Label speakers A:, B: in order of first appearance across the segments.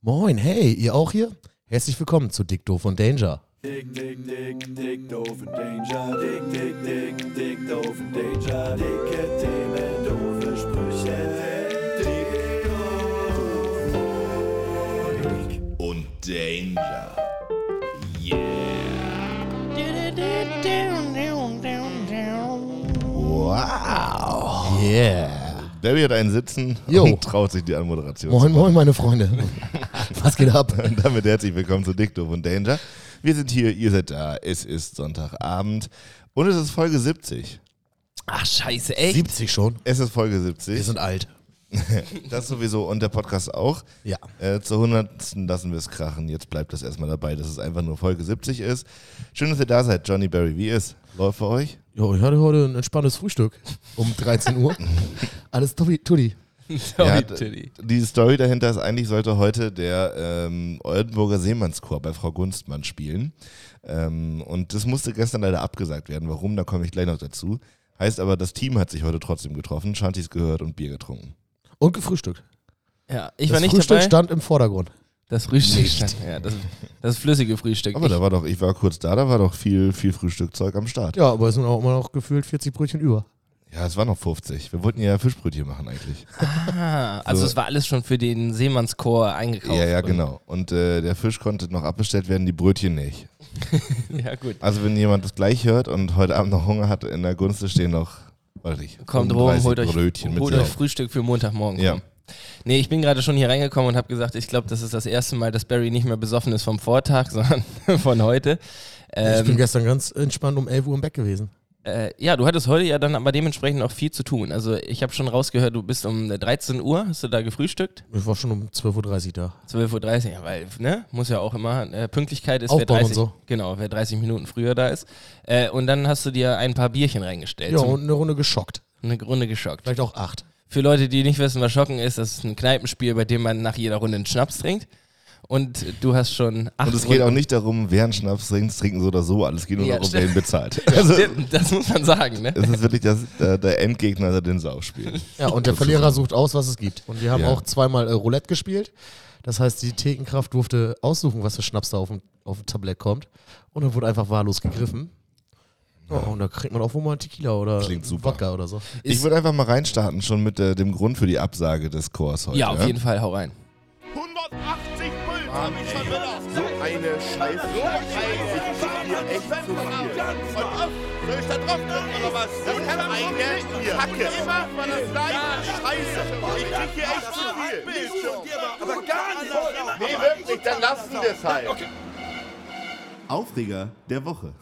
A: Moin, hey, ihr auch hier? Herzlich willkommen zu Dick Doof und Danger.
B: Dick, dick, dick, dick, doof und danger. Dick, dick, dick, dick, doof und danger. Dicke Themen, doofe Sprüche. Dick, doof. Dick und danger. Yeah.
C: Wow.
A: Yeah.
C: Debbie hat einen sitzen
A: Jo.
C: und traut sich die Anmoderation.
A: Moin, moin, meine Freunde. Was geht ab?
C: Und damit herzlich willkommen zu Dick, Doof und Danger. Wir sind hier, ihr seid da, es ist Sonntagabend und es ist Folge 70.
A: Ach, scheiße, echt? 70 schon?
C: Es ist Folge
A: Wir
C: 70,
A: sind alt.
C: das sowieso und der Podcast auch.
A: Ja.
C: Äh, zur 100. lassen wir es krachen, jetzt bleibt das erstmal dabei, dass es einfach nur Folge 70 ist. Schön, dass ihr da seid, Johnny Barry, wie ist? Läuft für euch?
A: Jo, ich hatte heute ein entspanntes Frühstück um 13 Uhr. Alles Tuddi. Tuddi.
C: Ja, d- die Story dahinter ist eigentlich, sollte heute der ähm, Oldenburger Seemannschor bei Frau Gunstmann spielen. Ähm, und das musste gestern leider abgesagt werden. Warum, da komme ich gleich noch dazu. Heißt aber, das Team hat sich heute trotzdem getroffen, Shanties gehört und Bier getrunken.
A: Und gefrühstückt.
D: Ja, ich
A: das
D: war nicht
A: Frühstück
D: dabei.
A: stand im Vordergrund.
D: Das Frühstück stand. Ja, das, das flüssige Frühstück.
C: Aber
D: ich,
C: da war doch, ich war kurz da, da war doch viel, viel Frühstückzeug am Start.
A: Ja, aber es sind auch immer noch gefühlt 40 Brötchen über.
C: Ja, es waren noch 50. Wir wollten ja Fischbrötchen machen eigentlich.
D: ah, also
C: so-
D: es war alles schon für den Seemannschor eingekauft.
C: Ja, ja, genau. Und äh, der Fisch konnte noch abbestellt werden, die Brötchen nicht.
D: ja, gut.
C: Also wenn jemand das gleich hört und heute Abend noch Hunger hat, in der Gunste stehen noch, warte ich,
D: Kommt rum,
C: 35
D: holt euch,
C: Um Brötchen
D: holt
C: mit
D: euch
C: Salat.
D: Frühstück für Montagmorgen.
C: Ja.
D: Komm. Nee, ich bin gerade schon hier reingekommen und habe gesagt, ich glaube, das ist das erste Mal, dass Barry nicht mehr besoffen ist vom Vortag, sondern von heute.
A: ich bin
D: Ähm,
A: gestern ganz entspannt um 11 Uhr im Bett gewesen.
D: äh, ja, du hattest heute ja dann aber dementsprechend auch viel zu tun. Also ich habe schon rausgehört, du bist um 13 Uhr, hast du da gefrühstückt?
A: Ich war schon um 12.30 Uhr da.
D: 12.30 Uhr, ja, weil, ne, muss ja auch immer, äh, Pünktlichkeit ist,
A: Aufbau und so.
D: genau, wer 30 Minuten früher da ist. Äh, und dann hast du dir ein paar Bierchen reingestellt,
A: Ja,
D: zum-
A: und eine Runde geschockt.
D: eine Runde geschockt.
A: Vielleicht auch acht.
D: Für Leute, die nicht wissen, was Schocken ist, das ist ein Kneipenspiel, bei dem man nach jeder Runde einen Schnaps trinkt. Und du hast schon acht
C: Und es geht auch
D: Runden-
C: nicht darum, wer einen Schnaps trinkt, trinken so oder so, alles geht nur
D: Ja,
C: darum, wer
D: stimmt.
C: ihn bezahlt. Also
D: Stimmt, das muss man sagen, ne?
C: es ist wirklich das, der, der Endgegner, der den Sau spielt.
A: Ja, und der Verlierer sucht aus, was es gibt. Und wir haben
C: Ja.
A: auch zweimal äh, Roulette gespielt. Das heißt, die Thekenkraft durfte aussuchen, was für Schnaps da auf dem, auf dem Tablett kommt. Und dann wurde einfach wahllos gegriffen. Ja, und da kriegt man auch wohl mal einen Tequila oder
C: Klingt super.
A: Wodka oder so.
C: Ich würde einfach mal reinstarten, schon mit äh, dem Grund für die Absage des Chors heute.
D: Ja, auf jeden Fall, hau rein.
E: 180 Pult hab ich schon So eine Scheiße. So eine Scheiße. Echt zu viel. Und auf. Soll ich da drauf drücken oder was? Das ist eine Kacke. Immer war das gleiche Scheiße. Ich krieg hier echt zu viel. Aber gar nicht. Nee, wirklich, dann lassen wir es halt.
C: Aufreger der Woche.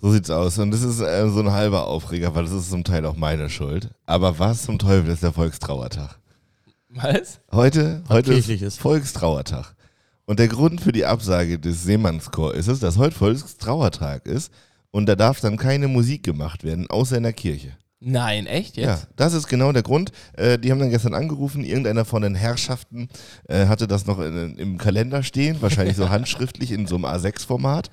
C: So sieht's aus. Und das ist äh, so ein halber Aufreger, weil das ist zum Teil auch meine Schuld. Aber was zum Teufel ist der Volkstrauertag?
D: Was?
C: Heute, heute
A: kirchlich ist.
C: ist Volkstrauertag. Und der Grund für die Absage des Seemannschor ist es, dass heute Volkstrauertag ist und da darf dann keine Musik gemacht werden, außer in der Kirche.
D: Nein, echt jetzt?
C: Ja, das ist genau der Grund. Äh, die haben dann gestern angerufen, irgendeiner von den Herrschaften äh, hatte das noch in, im Kalender stehen, wahrscheinlich so handschriftlich in so einem A6-Format,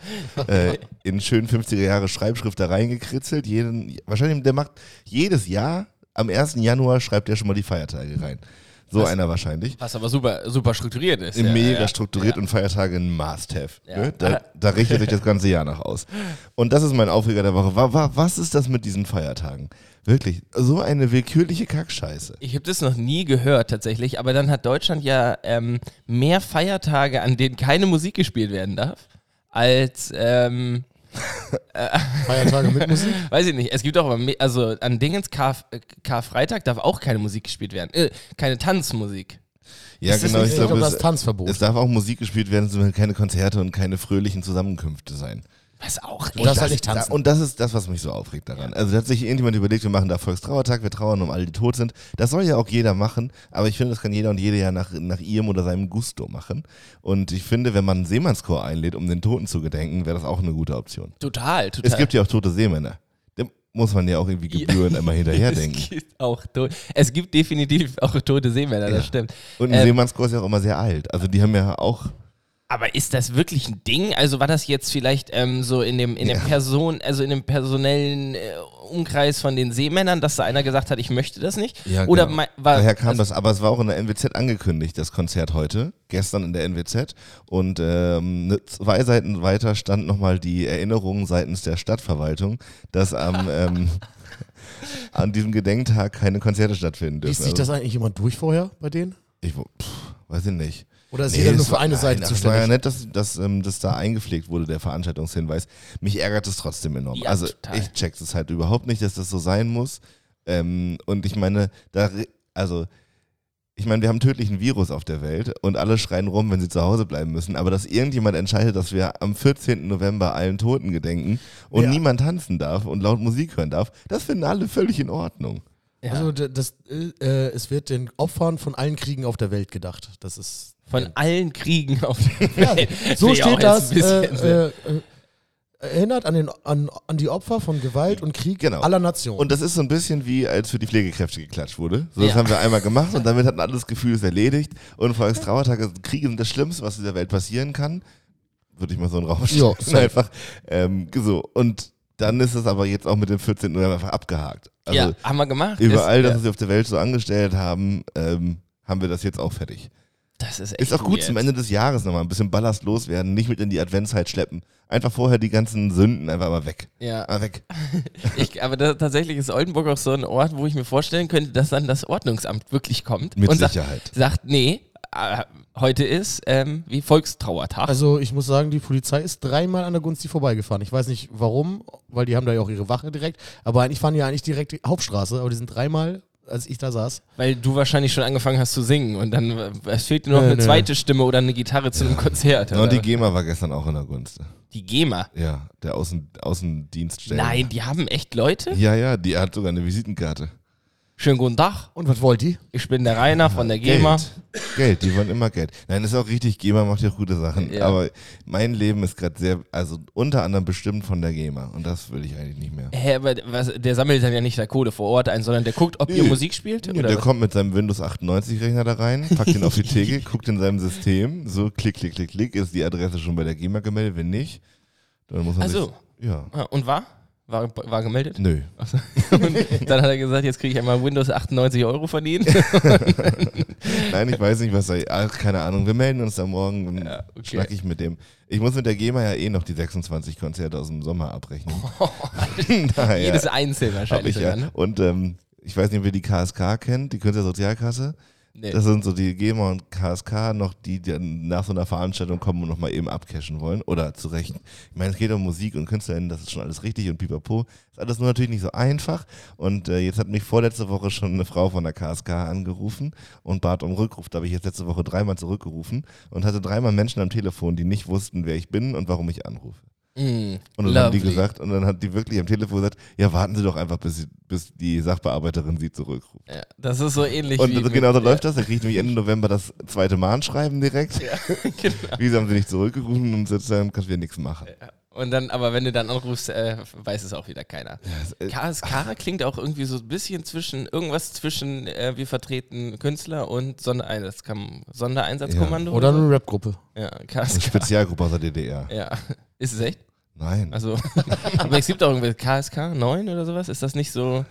C: äh, in schön 50er Jahre Schreibschrift da reingekritzelt. Jeden, wahrscheinlich, der macht jedes Jahr, am 1. Januar schreibt er schon mal die Feiertage rein. So einer wahrscheinlich.
D: Was aber super, super strukturiert ist. ja,
C: Mega
D: ja.
C: strukturiert und Feiertage ein Must-Have.
D: Ja.
C: Ne? Da, da richtet sich das ganze Jahr nach aus. Und das ist mein Aufreger der Woche. Wa- wa- Was ist das mit diesen Feiertagen? Wirklich, so eine willkürliche Kackscheiße.
D: Ich habe das noch nie gehört tatsächlich, aber dann hat Deutschland ja ähm, mehr Feiertage, an denen keine Musik gespielt werden darf, als ähm,
A: Feiertage mit Musik.
D: weiß ich nicht. Es gibt auch aber me- also an Dingens Karf äh, Karfreitag darf auch keine Musik gespielt werden, äh, keine Tanzmusik.
C: Ja, genau,
A: Ist das nicht- ich glaub, das ist Tanzverbot.
C: Es darf auch Musik gespielt werden, es sollen keine Konzerte und keine fröhlichen Zusammenkünfte sein.
D: Was auch?
A: Du darfst halt nicht tanzen.
C: Und das ist das, was mich so aufregt daran. Also da hat sich irgendjemand überlegt, wir machen da Volkstrauertag, wir trauern um alle, die tot sind. Das soll ja auch jeder machen, aber ich finde, das kann jeder und jede ja nach, nach ihrem oder seinem Gusto machen. Und ich finde, wenn man einen Seemannschor einlädt, um den Toten zu gedenken, wäre das auch eine gute Option.
D: total, total.
C: Es gibt ja auch tote Seemänner. Dem muss man ja auch irgendwie Gebühren immer hinterherdenken.
D: Es gibt auch to es gibt definitiv auch tote Seemänner,
C: Ja.
D: das stimmt.
C: Und ein
D: Ähm,
C: Seemannschor ist ja auch immer sehr alt. Also die haben ja auch
D: Aber ist das wirklich ein Ding? Also war das jetzt vielleicht ähm, so in dem in der Person, also in dem personellen äh, Umkreis von den Seemännern, dass da einer gesagt hat, ich möchte das nicht?
C: Ja,
D: Oder
C: genau.
D: mei- war,
C: Daher
A: also
C: kam das, aber es war auch in der NWZ angekündigt, das Konzert heute, gestern in der NWZ. Und ähm, ne, zwei Seiten weiter stand nochmal die Erinnerung seitens der Stadtverwaltung, dass am, ähm, an diesem Gedenktag keine Konzerte stattfinden dürfen. Also
A: Liest sich das eigentlich jemand durch vorher bei denen?
C: ich, wo- pff, weiß ich nicht.
A: Oder ist
C: Nee,
A: jeder nur
C: das
A: für
C: war-
A: eine
C: nein,
A: Seite
C: Das war ja
A: zuständig?
C: nett, dass, dass, ähm, das da eingepflegt wurde, der Veranstaltungshinweis. Mich ärgert es trotzdem enorm.
D: Ja,
C: also
D: total.
C: ich check es halt überhaupt nicht, dass das so sein muss. Ähm, und ich meine, da, re- also ich meine, wir haben einen tödlichen Virus auf der Welt und alle schreien rum, wenn sie zu Hause bleiben müssen. Aber dass irgendjemand entscheidet, dass wir am 14. November allen Toten gedenken und
A: Ja.
C: niemand tanzen darf und laut Musik hören darf, das finden alle völlig in Ordnung.
D: ja,
A: Also d- das, äh, es wird den Opfern von allen Kriegen auf der Welt gedacht. Das ist
D: von allen Kriegen auf der Welt.
A: so
D: Finde ich auch
A: steht
D: jetzt
A: das.
D: ein bisschen
A: Äh, äh, äh, erinnert an, den, an, an die Opfer von Gewalt und Krieg
C: Genau.
A: aller Nationen.
C: Und das ist so ein bisschen wie, als für die Pflegekräfte geklatscht wurde. So, das
D: Ja.
C: haben wir einmal gemacht und damit hat man alles Gefühl ist erledigt. Und Volkstrauertag ist Kriege sind das Schlimmste, was dieser Welt passieren kann. Würde ich mal so einen Raum stellen.
A: Ja, safe.
C: einfach. Ähm, so. Und dann ist es aber jetzt auch mit dem 14. November einfach abgehakt. Also
D: ja, haben wir gemacht.
C: überall, das,
D: ist,
C: was wir auf der Welt so angestellt haben, ähm, haben wir das jetzt auch fertig.
D: das ist echt
C: Ist auch gut
D: weird.
C: zum Ende des Jahres nochmal ein bisschen Ballast loswerden, nicht mit in die Adventszeit schleppen. Einfach vorher die ganzen Sünden einfach mal weg.
D: Ja.
C: Mal weg.
D: Ich, aber da, tatsächlich ist Oldenburg auch so ein Ort, wo ich mir vorstellen könnte, dass dann das Ordnungsamt wirklich kommt
C: Mit
D: und sagt,
C: Sicherheit.
D: sagt, nee, äh, heute ist ähm, wie Volkstrauertag.
A: also ich muss sagen, die Polizei ist dreimal an der Gunsti vorbeigefahren. Ich weiß nicht warum, weil die haben da ja auch ihre Wache direkt. Aber eigentlich fahren die ja eigentlich direkt die Hauptstraße, aber die sind dreimal, als ich da saß.
D: weil du wahrscheinlich schon angefangen hast zu singen und dann äh, es fehlt dir noch
A: Nö,
D: eine
A: nö.
D: zweite Stimme oder eine Gitarre zu einem Konzert.
C: Na, und die
D: oder?
C: GEMA war gestern auch in der Gunst.
D: die GEMA.
C: Ja, der Außen Außendienststelle.
D: Nein, die haben echt Leute?
C: Ja, ja, die hat sogar eine Visitenkarte.
D: Schönen guten Tag,
A: Und was wollt die?
D: ich bin der Rainer von der GEMA.
C: Geld. Geld, die wollen immer Geld. Nein, ist auch richtig, GEMA macht ja auch gute Sachen.
D: Ja.
C: Aber mein Leben ist gerade sehr, also unter anderem bestimmt von der GEMA. Und das will ich eigentlich nicht mehr.
D: Hä, aber was, der sammelt dann ja nicht der Kohle vor Ort ein, sondern der guckt, ob ihr
C: Nö.
D: Musik spielt?
C: Nee,
D: oder
C: der
D: was?
C: kommt mit seinem Windows 98-Rechner da rein, packt ihn auf die Theke, guckt in seinem System, so klick, klick, klick, klick, ist die Adresse schon bei der GEMA gemeldet, wenn nicht, dann muss man
D: Ach so.
C: sich, ja,
D: Ah, und war? War, war gemeldet?
C: nö,
D: Und dann hat er gesagt, jetzt kriege ich einmal Windows 98 Euro verdient.
C: Nein, ich weiß nicht, was da. Ach, keine Ahnung. Wir melden uns da morgen. Dann
D: Ja, okay.
C: schnack ich mit dem. Ich muss mit der GEMA ja eh noch die 26 Konzerte aus dem Sommer abrechnen. Daher
D: Oh. Jedes einzeln
C: hab
D: wahrscheinlich.
C: ich ja.
D: sogar, ne?
C: Und ähm, ich weiß nicht, ob ihr die KSK kennt, die Künstlersozialkasse.
D: Nee.
C: Das sind so die GEMA und KSK noch, die dann nach so einer Veranstaltung kommen und nochmal eben abcashen wollen. Oder zu Recht. Ich meine, es geht um Musik und KünstlerInnen, das ist schon alles richtig und pipapo. Ist alles nur natürlich nicht so einfach. Und äh, jetzt hat mich vorletzte Woche schon eine Frau von der KSK angerufen und bat um Rückruf. Da habe ich jetzt letzte Woche dreimal zurückgerufen und hatte dreimal Menschen am Telefon, die nicht wussten, wer ich bin und warum ich anrufe.
D: Mm,
C: Und dann haben die
D: lovely.
C: gesagt, und dann hat die wirklich am Telefon gesagt, ja, warten Sie doch einfach, bis, sie, bis die Sachbearbeiterin Sie zurückruft.
D: Ja, das ist so ähnlich
C: Und
D: wie
C: also
D: mit-
C: genau so läuft das. Da kriege ich nämlich Ende November das zweite Mahnschreiben direkt.
D: genau.
C: Wieso haben sie nicht zurückgerufen und sozusagen kannst du wieder nichts machen?
D: Und dann, aber wenn du dann anrufst, äh, weiß es auch wieder keiner.
C: äh,
D: KSK klingt auch irgendwie so ein bisschen zwischen, irgendwas zwischen, äh, wir vertreten Künstler und Sondereinsatz, kam- Sondereinsatzkommando.
A: Oder eine Rapgruppe.
D: so? Ja,
C: Eine
D: KSK.
C: Spezialgruppe aus der DDR.
D: Ja. Ist es echt?
C: Nein.
D: Also, aber es gibt auch irgendwie KSK 9 oder sowas. Ist das nicht so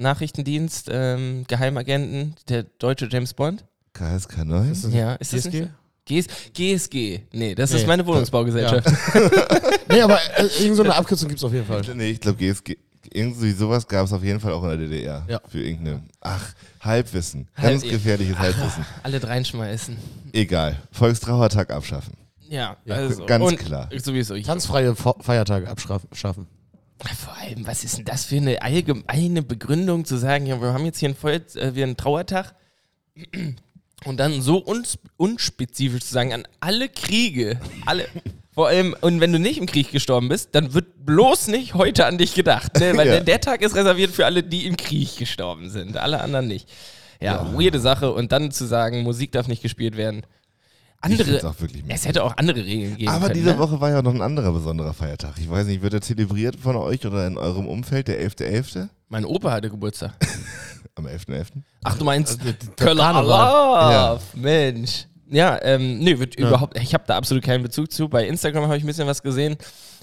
D: Nachrichtendienst, ähm, Geheimagenten, der deutsche James Bond?
C: KSK 9?
A: Das ist-
D: Ja, ist das
A: GSG?
D: nicht so? GS GSG. Nee, das ist
A: Nee.
D: meine Wohnungsbaugesellschaft.
A: Nee, aber äh, irgendeine so eine Abkürzung gibt es auf jeden Fall.
C: Nee, ich glaube, GSG. Irgendwie sowas gab es auf jeden Fall auch in der DDR.
A: Ja.
C: Für irgendeine. Ach, Halbwissen.
D: Halb-
C: Ganz gefährliches Halbwissen.
D: Alle reinschmeißen.
C: Egal. Volkstrauertag abschaffen.
D: Ja,
A: Ja,
D: also.
C: ganz
D: und
C: klar.
D: Sowieso. Ich,
A: Tanzfreie Fe- Feiertage abschaffen.
D: vor allem, was ist denn das für eine allgemeine Begründung zu sagen, ja, wir haben jetzt hier einen, Voll äh, wir einen Trauertag und dann so uns unspezifisch zu sagen, an alle Kriege, alle. Vor allem, und wenn du nicht im Krieg gestorben bist, dann wird bloß nicht heute an dich gedacht. Ne? Weil
C: Ja.
D: der, der Tag ist reserviert für alle, die im Krieg gestorben sind. Alle anderen nicht. Ja, weirde Sache. Und dann zu sagen, Musik darf nicht gespielt werden.
C: Ich find's
D: Andere.
C: auch wirklich
D: Es
C: mies.
D: hätte auch andere Regeln geben
C: Aber
D: können.
C: diese
D: ne?
C: Woche war ja noch ein anderer besonderer Feiertag. Ich weiß nicht, wird er zelebriert von euch oder in eurem Umfeld, der 11.11.?
D: Mein Opa hatte Geburtstag.
C: Am 11.11.?
D: Ach, du meinst Kölner
A: Karneval.
D: Alarv, Mensch. ja, ähm, nee, wird überhaupt, ich habe da absolut keinen Bezug zu. Bei Instagram habe ich ein bisschen was gesehen.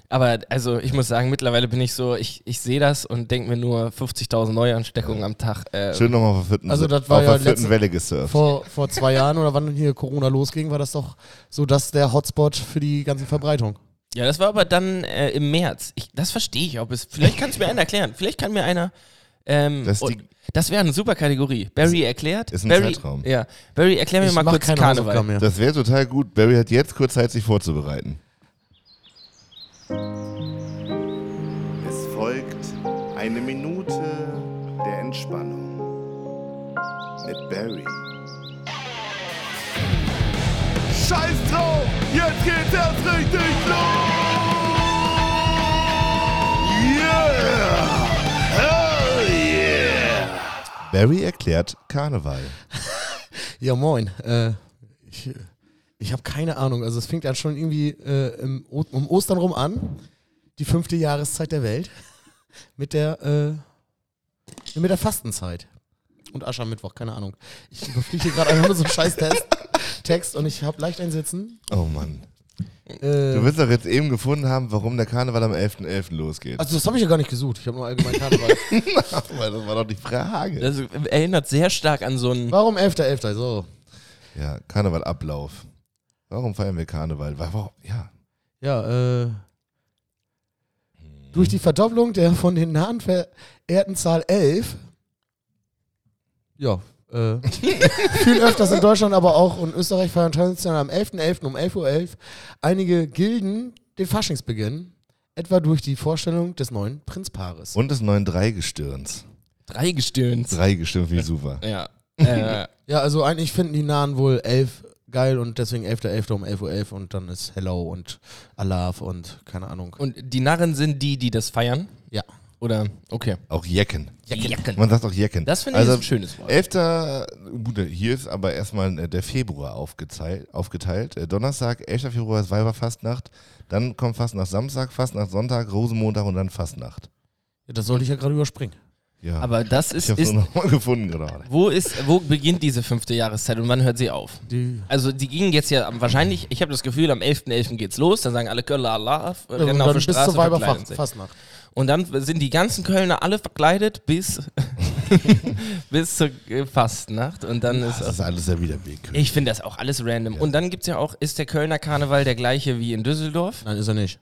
D: Aber also ich muss sagen, mittlerweile bin ich so, ich, ich sehe das und denke mir nur 50.000 Neuansteckungen am Tag. Äh,
C: Schön nochmal auf der vierten,
A: Also das war
C: auf
A: ja
C: der vierten
A: letzte-
C: Welle gesurft.
A: Vor, vor zwei Jahren oder wann hier Corona losging, war das doch so, dass der Hotspot für die ganze Verbreitung.
D: Ja, das war aber dann äh, im März. Ich, das verstehe ich auch. bis- Vielleicht kann es mir einer erklären. Vielleicht kann mir einer. Ähm,
C: Das
D: das
C: ist die-
D: das wäre eine super Kategorie. Barry erklärt.
C: ist ein
D: Barry,
C: Zeitraum.
D: Ja. Barry, erklär mir
A: ich
D: mal
A: mach
D: kurz
A: keine
D: Karneval.
A: Hausaufgaben mehr.
C: Das wäre total gut. Barry hat jetzt kurz Zeit, sich vorzubereiten.
E: Es folgt eine Minute der Entspannung mit Barry. Scheiß drauf, jetzt geht erst richtig los! Yeah! Hell yeah!
C: Barry erklärt Karneval.
A: Ja, moin. Äh, ich ich habe keine Ahnung. Also es fängt ja schon irgendwie äh, im o um Ostern rum an. Die fünfte Jahreszeit der Welt. Mit der, äh, mit der Fastenzeit. Und Aschermittwoch, keine Ahnung. Ich überfliege hier gerade einfach nur so einen scheiß Test, Text und ich habe leicht einsetzen.
C: Oh Mann. Du
A: Äh,
C: wirst doch jetzt eben gefunden haben, warum der Karneval am 11.11. losgeht.
A: also das habe ich ja gar nicht gesucht. Ich habe nur allgemein Karneval.
D: Also,
C: Weil das war doch die Frage.
D: Das erinnert sehr stark an so einen.
A: Warum 11.11.? So.
C: Ja, Karnevalablauf. Warum feiern wir Karneval? Warum? Ja.
A: Ja, äh. Durch die Verdopplung der von den Nahen verehrten Zahl 11. Ja, äh. viel öfters in Deutschland, aber auch in Österreich feiern traditionell am 11.11. um 11.11 Uhr einige Gilden den Faschingsbeginn. Etwa durch die Vorstellung des neuen Prinzpaares.
C: Und des neuen Dreigestirns.
D: Dreigestirns.
C: Dreigestirn, wie super.
D: Ja. äh,
A: Ja, also eigentlich finden die Nahen wohl 11 geil und deswegen 11.11. um 11.11 Uhr und dann ist Hello und Alaf und keine Ahnung.
D: und die Narren sind die, die das feiern?
A: ja.
D: Oder? Okay.
C: Auch Jecken.
D: Jacken.
C: Man sagt auch Jecken.
D: Das finde ich
A: Also,
D: ist ein schönes
A: äh,
D: Wort.
C: 11. Gut, hier ist aber erstmal äh, der Februar aufgeteilt. aufgeteilt. Äh, Donnerstag, 11. Februar ist Weiberfastnacht. Dann kommt Fastnacht Samstag, Fastnacht Sonntag, Rosenmontag und dann Fastnacht.
A: Ja, Das sollte ich ja gerade überspringen.
C: Ja.
D: Aber das
C: ich
D: ist.
C: habe es
D: ist
C: nur nochmal gefunden gerade.
D: wo, ist, wo beginnt diese fünfte Jahreszeit und wann hört sie auf?
A: Die
D: Also die gingen jetzt ja am- wahrscheinlich, ich habe das Gefühl, am 11.11. geht's los, dann sagen alle Kölner Allah, äh,
A: Ja, genau, und
D: rennen auf
A: dann
D: der
A: bis
D: Straße,
A: zur Weiberfa-
D: verkleiden sich.
A: Fastnacht.
D: Und dann sind die ganzen Kölner alle verkleidet bis, bis zur äh, Fastnacht und dann ist
C: Das
D: auch,
C: ist alles ja wieder willkürlich.
D: ich finde das auch alles random. Und dann gibt's ja auch, ist der Kölner Karneval der gleiche wie in Düsseldorf?
A: Nein, ist er nicht.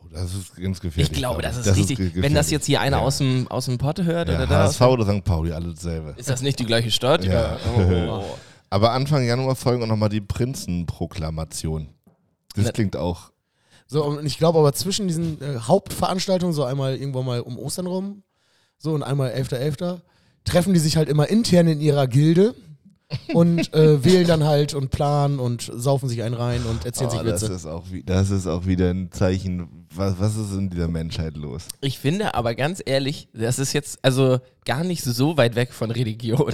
C: Oh, Das ist ganz gefährlich.
D: Ich glaube, das
C: ich.
D: ist richtig.
C: ge-
D: Wenn das
C: gefährlich.
D: jetzt hier einer
C: Ja.
D: aus dem aus dem Pott hört
C: ja,
D: oder da,
C: HSV oder St. Pauli, alle dasselbe.
D: ist das nicht die gleiche Stadt?
C: Ja.
D: Oh, oh.
C: Aber Anfang Januar folgen auch nochmal die Prinzenproklamation. Das
D: Ne.
C: klingt auch.
A: So, und ich glaube aber zwischen diesen äh, Hauptveranstaltungen, so einmal irgendwann mal um Ostern rum, so und einmal 11.11., treffen die sich halt immer intern in ihrer Gilde und äh, wählen dann halt und planen und saufen sich einen rein und erzählen
C: Oh,
A: sich
C: das,
A: Witze.
C: ist auch wie, das ist auch wieder ein Zeichen. Was, was ist in dieser Menschheit los?
D: Ich finde aber ganz ehrlich, das ist jetzt also gar nicht so weit weg von Religion.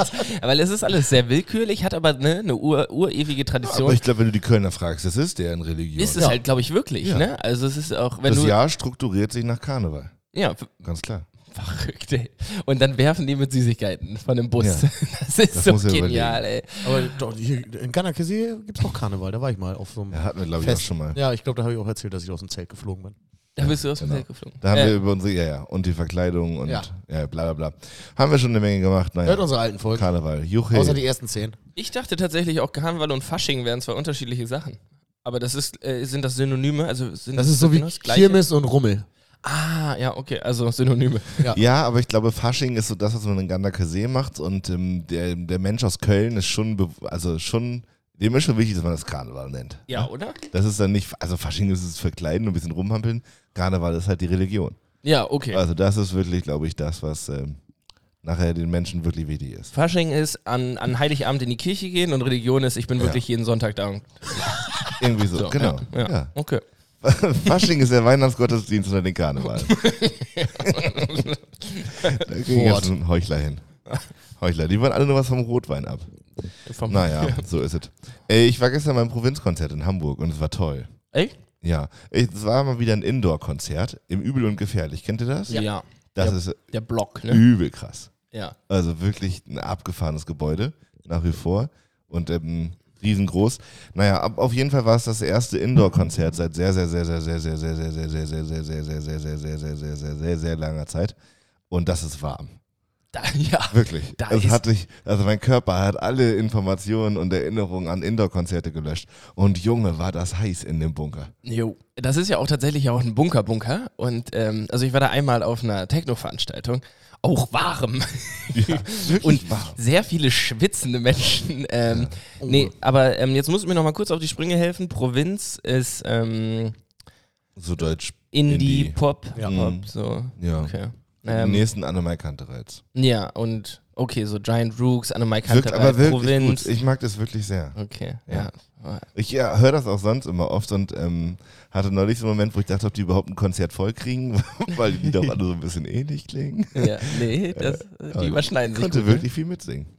D: Weil es ist alles sehr willkürlich, hat aber ne, eine ur, urewige Tradition.
C: Aber ich glaube, wenn du die Kölner fragst, das ist deren Religion.
D: ist es halt, glaube ich, wirklich.
C: Ja.
D: Ne? Also es ist auch, wenn
C: das
D: du.
C: Jahr strukturiert sich nach Karneval.
D: Ja, f-
C: Ganz klar.
D: verrückt, ey. Und dann werfen die mit Süßigkeiten von dem Bus.
C: Ja.
D: Das ist
C: Das
D: so
C: muss ich
D: genial,
A: Aber doch, hier in Ganakese gibt es auch Karneval, da war ich mal auf so einem
C: Ja, hatten wir, glaube ich, auch
A: Fest.
C: schon mal.
A: Ja, ich glaube, da habe ich auch erzählt, dass ich aus dem Zelt geflogen bin.
D: ey. Da bist du aus dem
C: genau.
D: Feld geflogen.
C: Da haben
D: Äh,
C: wir über unsere, ja, ja, und die Verkleidung und ja.
A: Ja.
C: bla bla bla. Haben wir schon eine Menge gemacht.
A: Hört
C: Naja,
A: unsere alten Folgen,
C: Karneval, Juche.
A: außer die ersten zehn.
D: ich dachte tatsächlich auch, Karneval und Fasching wären zwei unterschiedliche Sachen. Aber das ist, äh, sind das Synonyme? Also sind
A: Das ist so wie
D: genau das Gleiche?
A: Kirmes und Rummel.
D: Ah, ja, okay, also Synonyme.
C: Ja, aber ich glaube, Fasching ist so das, was man in Gandakesee macht. Und ähm, der, der Mensch aus Köln ist schon, be- also schon, dem ist schon wichtig, dass man das Karneval nennt. ne?
D: Ja, oder?
C: Das ist dann nicht, also Fasching ist es verkleiden und ein bisschen rumhampeln. Karneval ist halt die Religion.
D: Ja, okay.
C: Also das ist wirklich, glaube ich, das, was ähm, nachher den Menschen wirklich wichtig ist.
D: Fasching ist an, an Heiligabend in die Kirche gehen und Religion ist, ich bin wirklich jeden Sonntag da. und-
C: Irgendwie so,
D: So,
C: genau.
D: Ja,
C: Ja.
D: okay.
C: Fasching ist der Weihnachtsgottesdienst unter den Karneval. da kriegen
A: Fort.
C: jetzt einen Heuchler hin. Heuchler, die wollen alle nur was vom Rotwein ab.
D: Vom
C: Naja, so ist es. Äh, Ich war gestern beim Provinzkonzert in Hamburg und es war toll.
D: Ey?
C: Ja, Ich- es war mal wieder ein Indoor-Konzert im Übel und Gefährlich. Kennt ihr das?
D: Ja.
C: Das
D: Ja.
C: ist
D: Der Block, ne?
C: übel krass.
D: Ja.
C: Also wirklich ein abgefahrenes Gebäude nach wie vor. und ähm, riesengroß. Naja, ab, auf jeden Fall war es das erste Indoor-Konzert seit sehr, sehr, sehr, sehr, sehr, sehr, sehr, sehr, sehr, sehr, sehr, sehr, sehr, sehr, sehr, sehr, sehr, sehr, sehr, sehr, sehr, sehr langer Zeit. Und das ist warm.
D: Da, ja.
C: Wirklich.
D: Da
C: es
D: ist-
C: hat sich, also mein Körper hat alle Informationen und Erinnerungen an Indoor-Konzerte gelöscht. Und Junge, war das heiß in dem Bunker.
D: Jo. Das ist ja auch tatsächlich auch ein Bunker-Bunker. Und ähm, also ich war da einmal auf einer Techno-Veranstaltung. Auch warm.
C: Ja,
D: und
C: wirklich warm.
D: sehr viele schwitzende Menschen. Ähm, Nee, aber ähm, jetzt musst du mir noch mal kurz auf die Sprünge helfen. Provinz ist ähm,
C: So deutsch. Indie. Mhm.
D: Indie-Pop.
A: Ja.
D: Pop, so.
C: Ja.
D: Okay.
C: Am
D: Ähm,
C: nächsten Annemai Kantereits.
D: Ja, und okay, so Giant Rooks, Annemai
C: Wirkt
D: Kantereit,
C: aber wirklich
D: Provinz.
C: gut. Ich mag das wirklich sehr.
D: okay, ja.
C: Ich ja, höre das auch sonst immer oft und ähm, hatte neulich so einen Moment, wo ich dachte, ob die überhaupt ein Konzert voll kriegen, weil die doch alle so ein bisschen ähnlich klingen.
D: ja. nee, das, die überschneiden
C: Ich
D: sich.
C: konnte
D: Gut,
C: wirklich viel mitsingen.
D: ne?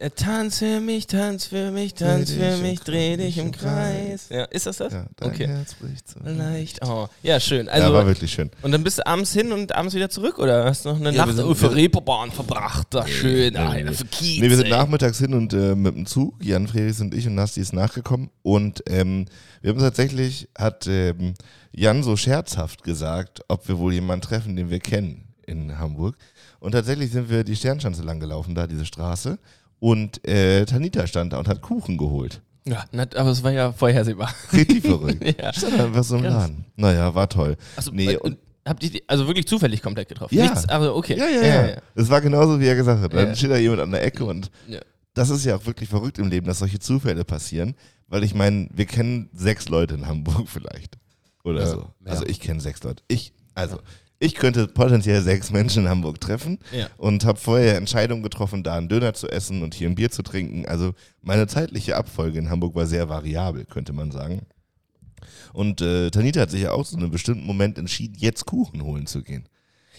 D: Äh, Tanz für mich, tanz für mich, tanz
C: Dreh
D: für
C: dich
D: mich,
C: im
D: dreh dich
C: Kreis,
D: im
C: im Kreis.
D: Kreis. Ja, ist das das?
C: Ja, dein
D: okay.
C: Herz bricht so.
D: Leicht. Oh. Ja, schön.
C: ja,
D: Also,
C: war wirklich schön.
D: und dann bist du abends hin und abends wieder zurück oder hast noch eine
C: wir
D: Nacht
C: sind-
D: auf der Reeperbahn verbracht? Da schön,
C: nee,
D: eine
C: nee.
D: für Kiez.
C: Nee, wir sind
D: ey.
C: nachmittags hin und äh, mit dem Zug, Jan Freris und ich und Nasti ist nachgekommen und ähm, wir haben tatsächlich, hat ähm, Jan so scherzhaft gesagt, ob wir wohl jemanden treffen, den wir kennen in Hamburg. Und tatsächlich sind wir die Sternschanze lang gelaufen, da diese Straße und äh, Tanita stand da und hat Kuchen geholt.
D: Ja, na, aber es war ja vorhersehbar.
C: Richtig verrückt.
D: Ja.
C: Stand da was so im
D: Krass.
C: Laden. Naja, war toll.
D: Achso,
C: Nee,
D: äh,
C: und-
D: und habt ihr die, also wirklich zufällig komplett getroffen?
C: Ja.
D: Nichts, also okay.
C: Ja, ja, ja. Es war genauso, wie er gesagt hat. Dann
D: Ja.
C: steht da jemand an der Ecke und
D: Ja.
C: das ist ja auch wirklich verrückt im Leben, dass solche Zufälle passieren. Weil ich meine, wir kennen sechs Leute in Hamburg vielleicht. Oder
A: Ja,
C: so.
A: ja.
C: Also ich kenne sechs Leute. Ich, also, ich könnte potenziell sechs Menschen in Hamburg treffen
D: Ja.
C: und habe vorher Entscheidungen getroffen, da einen Döner zu essen und hier ein Bier zu trinken. Also meine zeitliche Abfolge in Hamburg war sehr variabel, könnte man sagen. Und äh, Tanita hat sich ja auch zu einem bestimmten Moment entschieden, jetzt Kuchen holen zu gehen.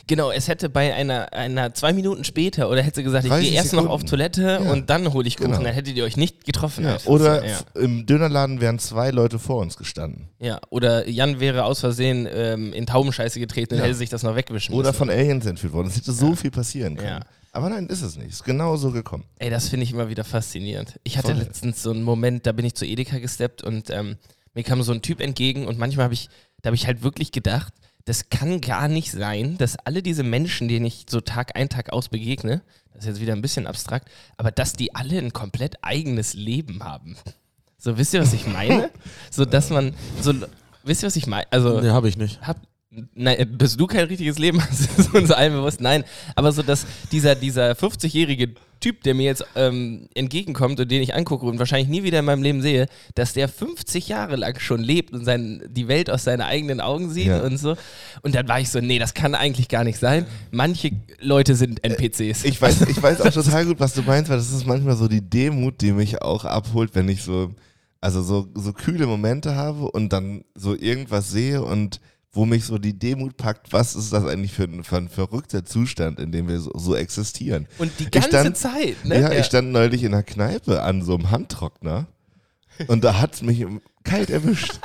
D: Genau, es hätte bei einer, einer zwei Minuten später oder hätte sie gesagt, ich
C: 30
D: gehe erst noch auf
C: Sekunden.
D: Toilette
C: Ja.
D: und dann hole ich Kuchen,
C: Genau.
D: dann hättet ihr euch nicht getroffen.
C: Ja,
D: einfach
C: oder
D: so, ja.
C: f- im Dönerladen wären zwei Leute vor uns gestanden.
D: ja, oder Jan wäre aus Versehen ähm, in Taubenscheiße getreten und
C: Ja.
D: hätte sich das noch wegwischen
C: Oder
D: müssen.
C: von Aliens entführt worden. Es hätte so viel passieren können.
D: Ja.
C: Aber nein, ist es nicht. Ist genau so gekommen.
D: Ey, das finde ich immer wieder faszinierend. Ich hatte
C: Voll.
D: letztens so einen Moment, da bin ich zu Edeka gesteppt und ähm, mir kam so ein Typ entgegen und manchmal habe ich, da habe ich halt wirklich gedacht, das kann gar nicht sein, dass alle diese Menschen, denen ich so Tag ein, Tag aus begegne, das ist jetzt wieder ein bisschen abstrakt, aber dass die alle ein komplett eigenes Leben haben. So, wisst ihr, was ich meine? so, dass man, so, wisst ihr, was ich meine? Also,
A: Nee, habe ich nicht.
D: hab, nein, bist du kein richtiges Leben hast, ist uns allen bewusst. Nein, aber so, dass dieser, dieser 50-jährige Typ, der mir jetzt ähm, entgegenkommt und den ich angucke und wahrscheinlich nie wieder in meinem Leben sehe, dass der 50 Jahre lang schon lebt und sein, die Welt aus seinen eigenen Augen sieht
C: Ja.
D: und so. Und dann war ich so, nee, das kann eigentlich gar nicht sein. Manche Leute sind NPCs.
C: Äh, Ich weiß, ich weiß auch total gut, was du meinst, weil das ist manchmal so die Demut, die mich auch abholt, wenn ich so, also so, so kühle Momente habe und dann so irgendwas sehe und wo mich so die Demut packt, was ist das eigentlich für ein, für ein verrückter Zustand, in dem wir so, so existieren.
D: und die
C: Ich
D: ganze
C: stand-
D: Zeit, ne?
C: Ja, ich stand neulich in einer Kneipe an so einem Handtrockner und da hat's mich im- kalt erwischt.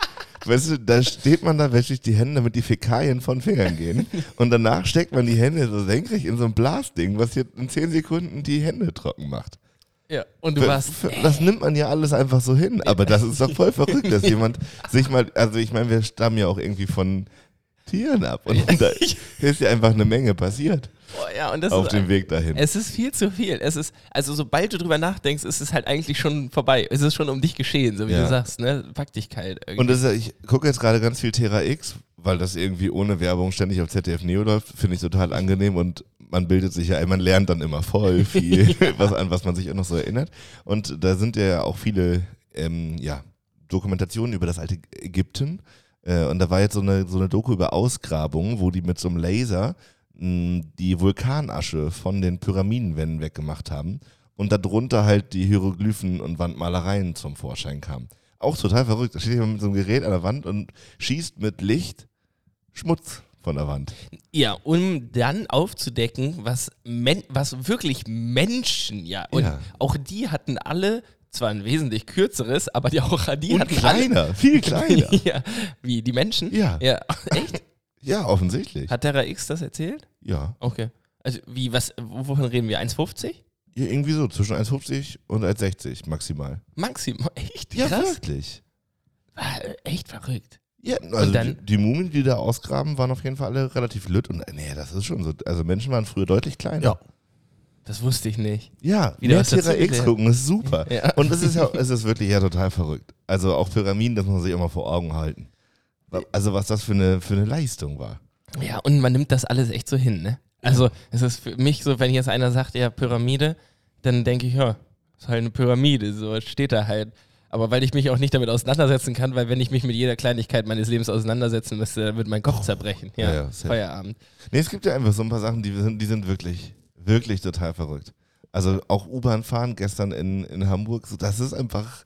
C: Weißt du, da steht man da, wäscht sich die Hände, damit die Fäkalien von Fingern gehen. Und danach steckt man die Hände so senkrecht in so ein Blasding, was hier in 10 Sekunden die Hände trocken macht.
D: ja. Und du warst,
C: F- f- Das nimmt man ja alles einfach so hin. Aber das ist doch voll verrückt, dass jemand sich mal. Also, ich meine, wir stammen ja auch irgendwie von Tieren ab. Und da ist ja einfach eine Menge passiert
D: boah, ja, und das
C: auf
D: ist
C: dem Weg dahin.
D: Es ist viel zu viel. Es ist, also sobald du drüber nachdenkst, ist es halt eigentlich schon vorbei. Es ist schon um dich geschehen, so wie
C: Ja.
D: du sagst, ne? Pack dich kalt. irgendwie.
C: Und das ist, ich gucke jetzt gerade ganz viel Terra X, weil das irgendwie ohne Werbung ständig auf ZDF Neo läuft, finde ich total angenehm und man bildet sich ja, ein, man lernt dann immer voll viel, was, an was man sich auch noch so erinnert. Und da sind ja auch viele ähm, ja, Dokumentationen über das alte Ägypten. Äh, und da war jetzt so eine, so eine Doku über Ausgrabungen, wo die mit so einem Laser mh, die Vulkanasche von den Pyramidenwänden weggemacht haben und darunter halt die Hieroglyphen und Wandmalereien zum Vorschein kamen. Auch total verrückt. Da steht jemand mit so einem Gerät an der Wand und schießt mit Licht Schmutz von der Wand.
D: ja, um dann aufzudecken, was, men was wirklich Menschen, ja. Und
C: Ja.
D: auch die hatten alle zwar ein wesentlich kürzeres, aber die auch die
C: Und
D: hatten
C: kleiner, viel
D: alle.
C: kleiner.
D: ja, wie die Menschen?
C: Ja.
D: ja. Echt?
C: Ja, offensichtlich.
D: Hat Terra X das erzählt?
C: Ja.
D: Okay. Also, wie, was, wovon reden wir? 1,50?
C: Ja, irgendwie so, zwischen 1,50 und 1,60 maximal.
D: Maximal. Echt?
C: Ja,
D: Krass.
C: wirklich.
D: War, äh, echt verrückt.
C: Ja, also
D: dann-
C: die, die Mumien, die da ausgraben, waren auf jeden Fall alle relativ lütt. Und äh, nee, das ist schon so. Also Menschen waren früher deutlich kleiner.
A: Ja.
D: Das wusste ich nicht.
C: Ja,
D: Wieder
C: mehr
D: was dazu
C: Terra X
D: gelernt.
C: gucken, ist super.
D: Ja.
C: Und es ist ja, es ist wirklich ja total verrückt. Also auch Pyramiden, das muss man sich immer vor Augen halten. Also was das für eine, für eine Leistung war.
D: Ja, und man nimmt das alles echt so hin, ne? Also, es ist für mich so, wenn jetzt einer sagt, ja, Pyramide, dann denke ich, ja, ist halt eine Pyramide, so steht da halt. Aber weil ich mich auch nicht damit auseinandersetzen kann, weil wenn ich mich mit jeder Kleinigkeit meines Lebens auseinandersetzen müsste, dann wird mein Kopf zerbrechen. Ja,
C: Oh. Ja, ja, safe.
D: Feierabend.
C: Nee, es gibt ja einfach so ein paar Sachen, die sind, die sind wirklich, wirklich total verrückt. Also auch U-Bahn fahren gestern in, in Hamburg, so, das ist einfach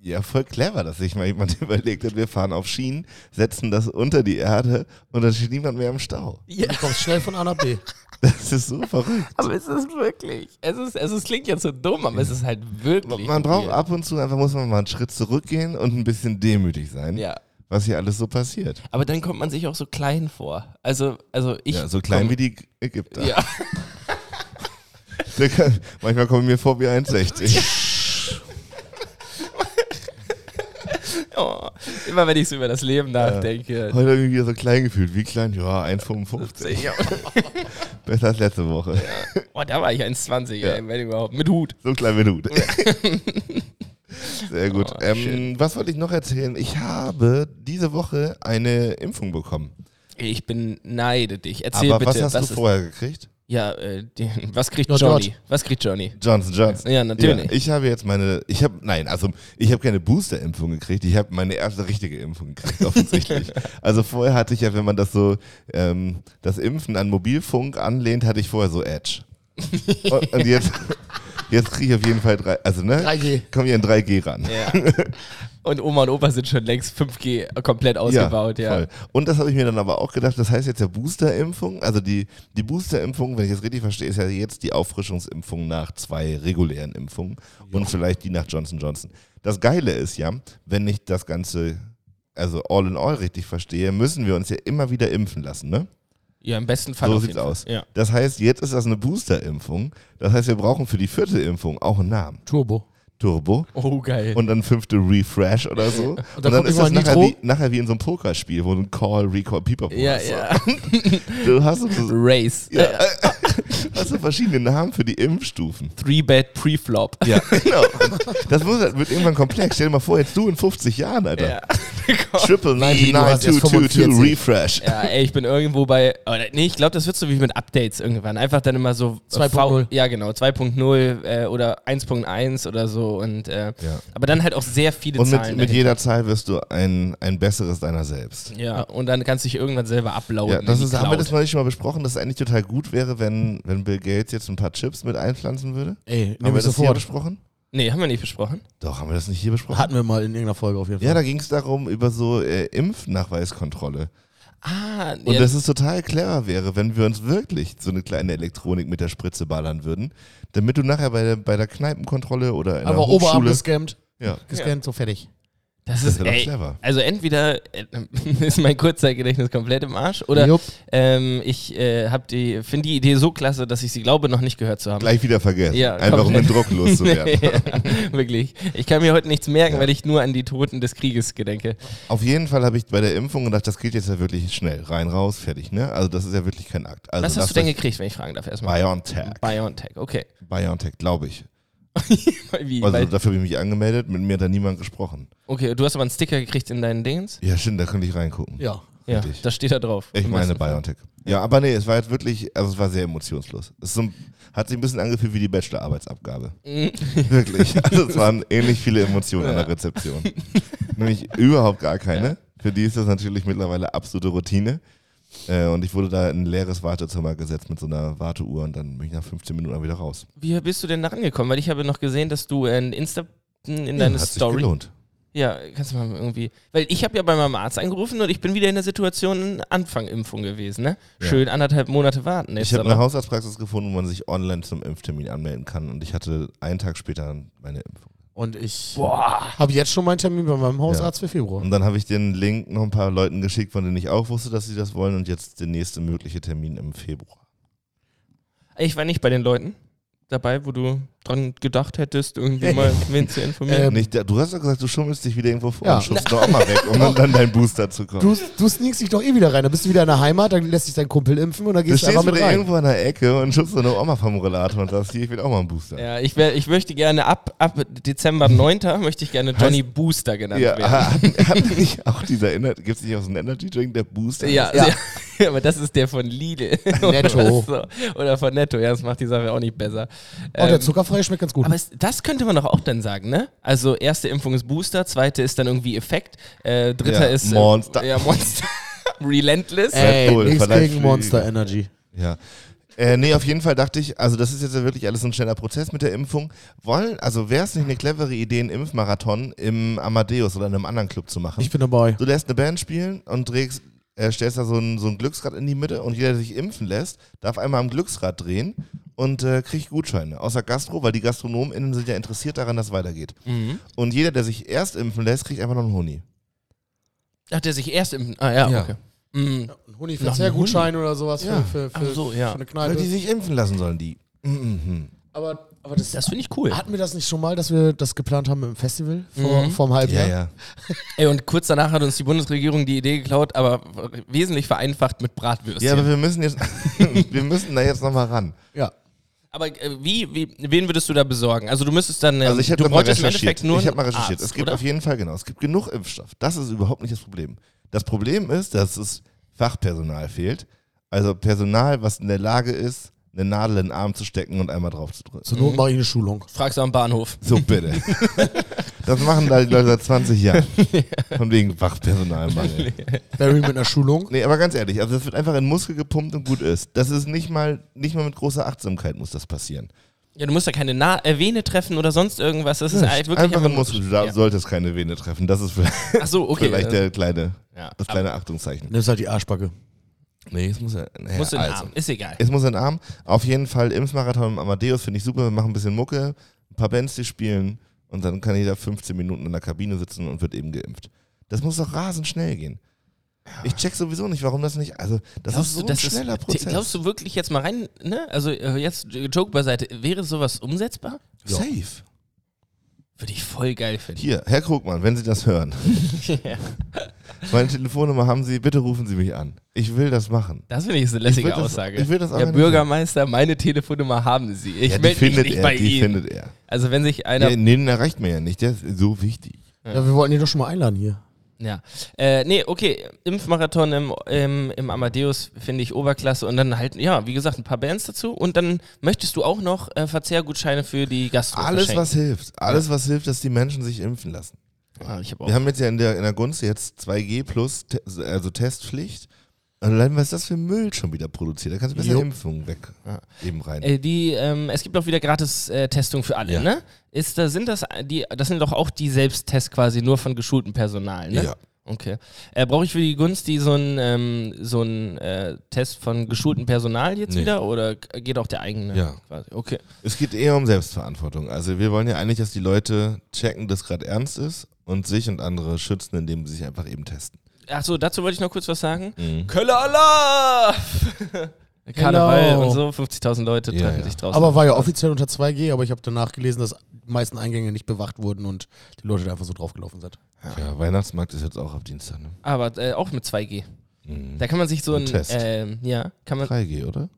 C: ja voll clever, dass sich mal jemand überlegt hat, wir fahren auf Schienen, setzen das unter die Erde und dann steht niemand mehr im Stau.
D: Ja,
A: Du kommst schnell von A nach B.
C: Das ist so verrückt.
D: aber es ist wirklich, es ist, es ist, klingt jetzt so dumm, aber es ist halt
C: Man,
D: wirklich.
C: man braucht
D: weird.
C: ab und zu einfach, muss man mal einen Schritt zurückgehen und ein bisschen demütig sein,
D: Ja.
C: was hier alles so passiert.
D: Aber dann kommt man sich auch so klein vor. Also, also ich.
C: ja, so klein wie die Ägypter.
D: Ja.
C: Der kann, manchmal kommen mir vor wie 1,60.
D: Oh, immer wenn ich so über das Leben nachdenke.
C: Heute habe ich mich wieder so klein gefühlt. Wie klein? Ja, 1,55.
D: Ja.
C: Besser als letzte Woche.
D: Oh, da war ich 1,20,
C: Ja.
D: ey, wenn überhaupt. Mit Hut.
C: So klein wie du. Sehr gut.
D: Oh,
C: ähm, was wollte ich noch erzählen? Ich habe diese Woche eine Impfung bekommen.
D: Ich bin neide dich. Erzähl
C: Aber
D: bitte.
C: was hast du
D: ist-
C: vorher gekriegt?
D: Ja, äh, die, was kriegt
A: Not
D: Johnny?
A: Gott.
D: Was kriegt Johnny?
C: Johnson Johnson.
D: Ja, natürlich.
C: Ja, ich habe jetzt meine, ich habe, nein, also ich habe keine Booster-Impfung gekriegt, ich habe meine erste richtige Impfung gekriegt, offensichtlich. also vorher hatte ich ja, wenn man das so, ähm, das Impfen an Mobilfunk anlehnt, hatte ich vorher so Edge. und, und jetzt, jetzt kriege ich auf jeden Fall drei, also ne?
A: 3G.
C: Komm hier in 3G ran.
D: Ja. und Oma und Opa sind schon längst 5G komplett ausgebaut, ja.
C: voll. Und das habe ich mir dann aber auch gedacht, das heißt jetzt ja Booster-Impfung, also die, die Booster-Impfung, wenn ich das richtig verstehe, ist ja jetzt die Auffrischungsimpfung nach zwei regulären Impfungen und vielleicht die nach Johnson Johnson. Das Geile ist ja, wenn ich das Ganze, also all in all richtig verstehe, müssen wir uns ja immer wieder impfen lassen, ne?
D: Ja, im besten Fall.
C: so
D: auf
C: sieht's
D: jeden Fall.
C: aus.
D: Ja.
C: Das heißt, jetzt ist das eine Booster-Impfung. Das heißt, wir brauchen für die vierte Impfung auch einen Namen.
A: Turbo.
C: Turbo
D: Oh, geil.
C: und dann fünfte Refresh oder so. Und
A: dann
C: dann,
A: kommt
C: ist das
A: überall
C: nachher wie,
A: Nitro.
C: nachher wie in so einem Pokerspiel, wo du ein Call, Recall, Pipapo
D: ja,
C: hast.
D: ja.
C: Du hast, so,
D: Race.
C: ja,
D: Äh,
C: hast du verschiedene Namen für die Impfstufen.
D: Three-Bed Preflop.
C: Ja, genau. Das muss, das wird irgendwann komplex. Stell dir mal vor, jetzt du in 50 Jahren, Alter.
D: Ja.
C: Triple
A: Wie, du hast jetzt
C: 99222
A: 45.
C: Refresh.
D: Ja, ey, ich bin irgendwo bei. Oder, nee, ich glaube, das wird so wie mit Updates irgendwann. Einfach dann immer so. äh,
A: 2.0.
D: V- Ja, genau. 2.0 äh, oder 1.1 oder so. Und, äh,
C: Ja.
D: Aber dann halt auch sehr viele
C: Und mit,
D: Zahlen.
C: mit
D: dahinter.
C: jeder Zahl wirst du ein, ein besseres deiner selbst.
D: ja, Ah, und dann kannst du dich irgendwann selber uploaden.
C: Ja, das
D: in die
C: ist, haben wir
D: Cloud.
C: das neulich schon mal besprochen, dass es eigentlich total gut wäre, wenn, wenn Bill Gates jetzt ein paar Chips mit einpflanzen würde.
A: Ey,
C: Haben
A: nehme
C: wir
A: ich
C: das hier
A: sofort.
C: besprochen?
D: Nee, haben wir nicht besprochen.
C: Doch, haben wir das nicht hier besprochen?
A: Hatten wir mal in irgendeiner Folge auf jeden
C: Ja,
A: Fall.
C: da ging es darum, über so äh, Impfnachweiskontrolle.
D: Ah,
C: Und
D: ja,
C: dass es total clever wäre, wenn wir uns wirklich so eine kleine Elektronik mit der Spritze ballern würden, damit du nachher bei der, bei der Kneipenkontrolle oder in
A: Einfach
C: der Hochschule...
A: Oberarm gescammt.
C: ja.
A: Gescannt, so fertig.
D: das
C: das
D: ist
C: wär doch
D: ey,
C: clever.
D: Also entweder äh, ist mein Kurzzeitgedächtnis komplett im Arsch oder
A: Jupp.
D: ähm, ich äh, hab die finde die Idee so klasse, dass ich sie glaube noch nicht gehört zu haben.
C: Gleich wieder vergessen.
D: Ja,
C: Einfach um den
D: komplett.
C: Druck loszuwerden.
D: ja, wirklich. Ich kann mir heute nichts merken,
C: Ja. Also
D: weil ich nur an die Toten des Krieges gedenke.
C: Auf jeden Fall habe ich bei der Impfung gedacht, das geht jetzt ja wirklich schnell. Rein, raus, fertig. Ne? Also das ist ja wirklich kein Akt. Also
D: Was hast du
C: lasst
D: denn
C: euch-
D: gekriegt, wenn ich fragen darf erstmal?
C: BioNTech.
D: Biontech, okay.
C: BioNTech, glaube ich.
D: Wie,
C: Also
D: weil,
C: dafür habe ich mich angemeldet, mit mir hat da niemand gesprochen.
D: okay, du hast aber einen Sticker gekriegt in deinen Dingens?
C: Ja, stimmt, da könnte ich reingucken.
A: Ja.
D: Ja,
C: Richtig.
D: das steht da drauf.
C: Ich
D: Im
C: meine
D: besten Fall.
C: Biontech. Ja, aber nee, es war jetzt wirklich, also es war sehr emotionslos. Es ist so, ein- hat sich ein bisschen angefühlt wie die Bachelorarbeitsabgabe. wirklich. Also es waren ähnlich viele Emotionen an der Rezeption. Nämlich überhaupt gar keine. Für die ist das natürlich mittlerweile absolute Routine. Äh, und ich wurde da in ein leeres Wartezimmer gesetzt mit so einer Warteuhr und dann bin ich nach 15 Minuten wieder raus.
D: Wie bist du denn da rangekommen? Weil ich habe noch gesehen, dass du ein Insta in
C: Ja,
D: deine
C: hat Sich
D: Story.
C: gelohnt.
D: Ja, kannst du mal irgendwie. Weil ich habe ja bei meinem Arzt angerufen und ich bin wieder in der Situation Anfang Impfung gewesen, ne?
C: Ja.
D: Schön anderthalb Monate warten.
C: Ich
D: Jetzt
C: habe eine
D: aber.
C: Hausarztpraxis gefunden, wo man sich online zum Impftermin anmelden kann und ich hatte einen Tag später meine Impfung.
A: Und ich
D: Boah,
A: habe jetzt schon meinen Termin bei meinem Hausarzt für Februar.
C: Und dann habe ich den Link noch ein paar Leuten geschickt, von denen ich auch wusste, dass sie das wollen. Und jetzt der nächste mögliche Termin im Februar.
D: ich war nicht bei den Leuten. dabei, wo du dran gedacht hättest, irgendwie mal wen zu informieren?
A: Ähm,
C: Nicht, der- du hast doch gesagt, du schummelst dich wieder irgendwo vor
A: Ja.
C: und schubst noch einmal weg, um dann deinen Booster zu kommen.
A: Du, du sneakst dich doch eh wieder rein. Dann bist du wieder in der Heimat, dann lässt sich dein Kumpel impfen und dann
C: Du
A: gehst du
C: stehst
A: einfach mit
C: wieder
A: rein.
C: irgendwo an der Ecke und schubst eine Oma vom Rollator und sagst, hier, ich will auch mal einen Booster.
D: ja, ich, wär, ich möchte gerne ab, ab Dezember 9. möchte ich gerne Johnny Booster genannt
C: Ja,
D: werden.
C: hat, hat nicht auch dieser gibt es nicht auch so einen Energy Drink, der Booster?
D: Ja,
A: Ja.
D: ja. aber das ist der von Lidl.
A: Netto.
D: Oder, so. Oder von Netto, ja, das macht die Sache auch nicht besser.
A: Und Oh, der
D: Ähm,
A: zuckerfreie schmeckt ganz gut.
D: aber es, das könnte man doch auch dann sagen, ne? Also erste Impfung ist Booster, zweite ist dann irgendwie Effekt, äh, dritter
C: Ja,
D: ist äh,
C: Monster. Äh.
D: Ja, Monster. Relentless.
A: Ey,
C: Red Bull,
A: nichts
C: Verleih
A: gegen
C: Flügel.
A: Monster Energy.
C: Ja. Äh, nee, auf jeden Fall dachte ich, also das ist jetzt ja wirklich alles ein schneller Prozess mit der Impfung. Wollen, also wäre es nicht eine clevere Idee, einen Impfmarathon im Amadeus oder in einem anderen Club zu machen?
A: Ich bin dabei.
C: du lässt eine Band spielen und drehst, äh, stellst da so ein, so ein Glücksrad in die Mitte und jeder, der sich impfen lässt, darf einmal am Glücksrad drehen und äh, kriegt Gutscheine. Außer Gastro, weil die GastronomInnen sind ja interessiert daran, dass es weitergeht.
D: Mhm.
C: Und jeder, der sich erst impfen lässt, kriegt einfach noch einen Honig.
D: Ach, der sich erst impfen. Ah ja,
A: Ja.
D: okay. Mm.
A: Ein Honig
D: Noch ein Verzehrgutschein
A: oder sowas
C: Ja.
A: für,
D: Ach so, ja. für eine
C: Ah, Weil die sich impfen lassen sollen, die. Mhm.
A: Aber, aber das,
D: Das finde ich cool.
A: hatten wir das nicht schon mal, dass wir das geplant haben im Festival vor, vor einem halben
C: Also, Ja,
A: Jahr?
C: ja.
D: Ey, und kurz danach hat uns die Bundesregierung die Idee geklaut, aber wesentlich vereinfacht mit Bratwürstchen.
C: Ja, aber wir müssen jetzt, wir müssen da jetzt nochmal ran.
A: Ja.
D: Aber äh, wie, wie, wen würdest du da besorgen? Also du müsstest dann, ähm,
C: Also ich habe
D: du
C: mal
D: bräuchtest im
C: recherchiert.
D: Endeffekt nur
C: ich habe mal
D: einen
C: recherchiert.
D: Arzt,
C: es gibt
D: oder?
C: auf jeden Fall genau. Es gibt genug Impfstoff. Das ist überhaupt nicht das Problem. Das Problem ist, dass es Fachpersonal fehlt. Also Personal, was in der Lage ist, eine Nadel in den Arm zu stecken und einmal drauf zu drücken.
A: Zur Not mache ich eine Schulung.
D: Fragst du am Bahnhof.
C: So bitte. das machen da die Leute seit 20 Jahren. Von wegen Fachpersonalmangel.
A: Barry mit einer Schulung.
C: Nee, aber ganz ehrlich, also das wird einfach in den Muskel gepumpt und gut ist. Das ist nicht mal, nicht mal mit großer Achtsamkeit muss das passieren.
D: Ja, du musst da keine Na äh, Vene treffen oder sonst irgendwas. Das ist halt wirklich
C: einfach in den Muskel, du da
D: Ja.
C: solltest keine Vene treffen. Das ist vielleicht,
D: Ach so, okay.
C: vielleicht
D: äh,
C: der kleine,
D: ja.
C: das kleine Achtungszeichen.
A: Nimmst halt die Arschbacke.
C: Nee, es muss ja. Naja,
D: Musst du in den
C: also.
D: Arm. Äh, Ist egal.
C: Es muss in den Arm. Auf jeden Fall Impfmarathon im Amadeus finde ich super. Wir machen ein bisschen Mucke, ein paar Bands, die spielen und dann kann jeder 15 Minuten in der Kabine sitzen und wird eben geimpft. Das muss doch rasend schnell gehen. Ich check sowieso nicht, warum das nicht. Also, das ist so ein
D: das
C: schneller
D: ist,
C: Prozess.
D: Glaubst du wirklich jetzt mal rein, ne? Also äh, jetzt äh, Joke beiseite, wäre sowas umsetzbar?
C: Safe.
D: Würde ich voll geil finden.
C: Hier, Herr Krugmann, wenn Sie das hören, meine Telefonnummer haben Sie, bitte rufen Sie mich an. Ich will das machen.
D: Das finde ich eine lässige
C: Ich will das-
D: Aussage.
C: ich will das
D: Herr
C: organisieren.
D: Bürgermeister, meine Telefonnummer haben Sie. Ich
C: ja, die
D: melde mich
C: findet
D: nicht
C: er,
D: bei
C: die
D: Ihnen.
C: findet er.
D: Also wenn sich einer
C: Ja, nee, den erreicht mir ja nicht, der ist so wichtig.
A: Ja. wir wollten ihn doch schon mal einladen hier.
D: Ja. Äh, nee, okay, Impfmarathon im, im, im Amadeus finde ich Oberklasse und dann halt, ja, wie gesagt, ein paar Bands dazu und dann möchtest du auch noch äh, Verzehrgutscheine für die Gastro
C: Alles,
D: verschenken.
C: was hilft. Alles, was hilft, dass die Menschen sich impfen lassen.
D: Ah, ich hab auch.
C: Wir haben jetzt ja in der, in der Gunst jetzt 2G plus, te also Testpflicht. Und Allein was das für Müll schon wieder produziert. Da kannst du besser
A: Jo.
C: Impfungen weg eben rein.
D: Äh, die, ähm, es gibt auch wieder gratis äh, Testung für alle,
C: Ja.
D: ne? Ist, da sind das, äh, die, das sind doch auch die Selbsttests quasi nur von geschultem Personal, ne?
C: Ja.
D: Okay. Äh, Brauche ich für die Gunst die so einen ähm, so einen, äh, Test von geschultem Personal jetzt
C: Nee.
D: wieder oder k- geht auch der eigene?
C: Ja.
D: Quasi? Okay.
C: Es geht eher um Selbstverantwortung. Also wir wollen ja eigentlich, dass die Leute checken, dass gerade ernst ist und sich und andere schützen, indem sie sich einfach eben testen.
D: Achso, dazu wollte ich noch kurz was sagen. Kölle Alarv! Karneval
A: Hello.
D: und so, 50.000 Leute
C: Ja,
D: treffen
C: ja.
D: sich draußen.
A: Aber war ja offiziell unter 2G, aber ich habe danach gelesen, dass die meisten Eingänge nicht bewacht wurden und die Leute da einfach so draufgelaufen sind.
C: Ja, Weihnachtsmarkt ist jetzt auch ab Dienstag, ne?
D: Aber äh, auch mit 2G.
C: Mhm.
D: Da kann man sich so ein.
C: Ein Test.
D: Ähm, ja, kann man.
C: 3G, oder?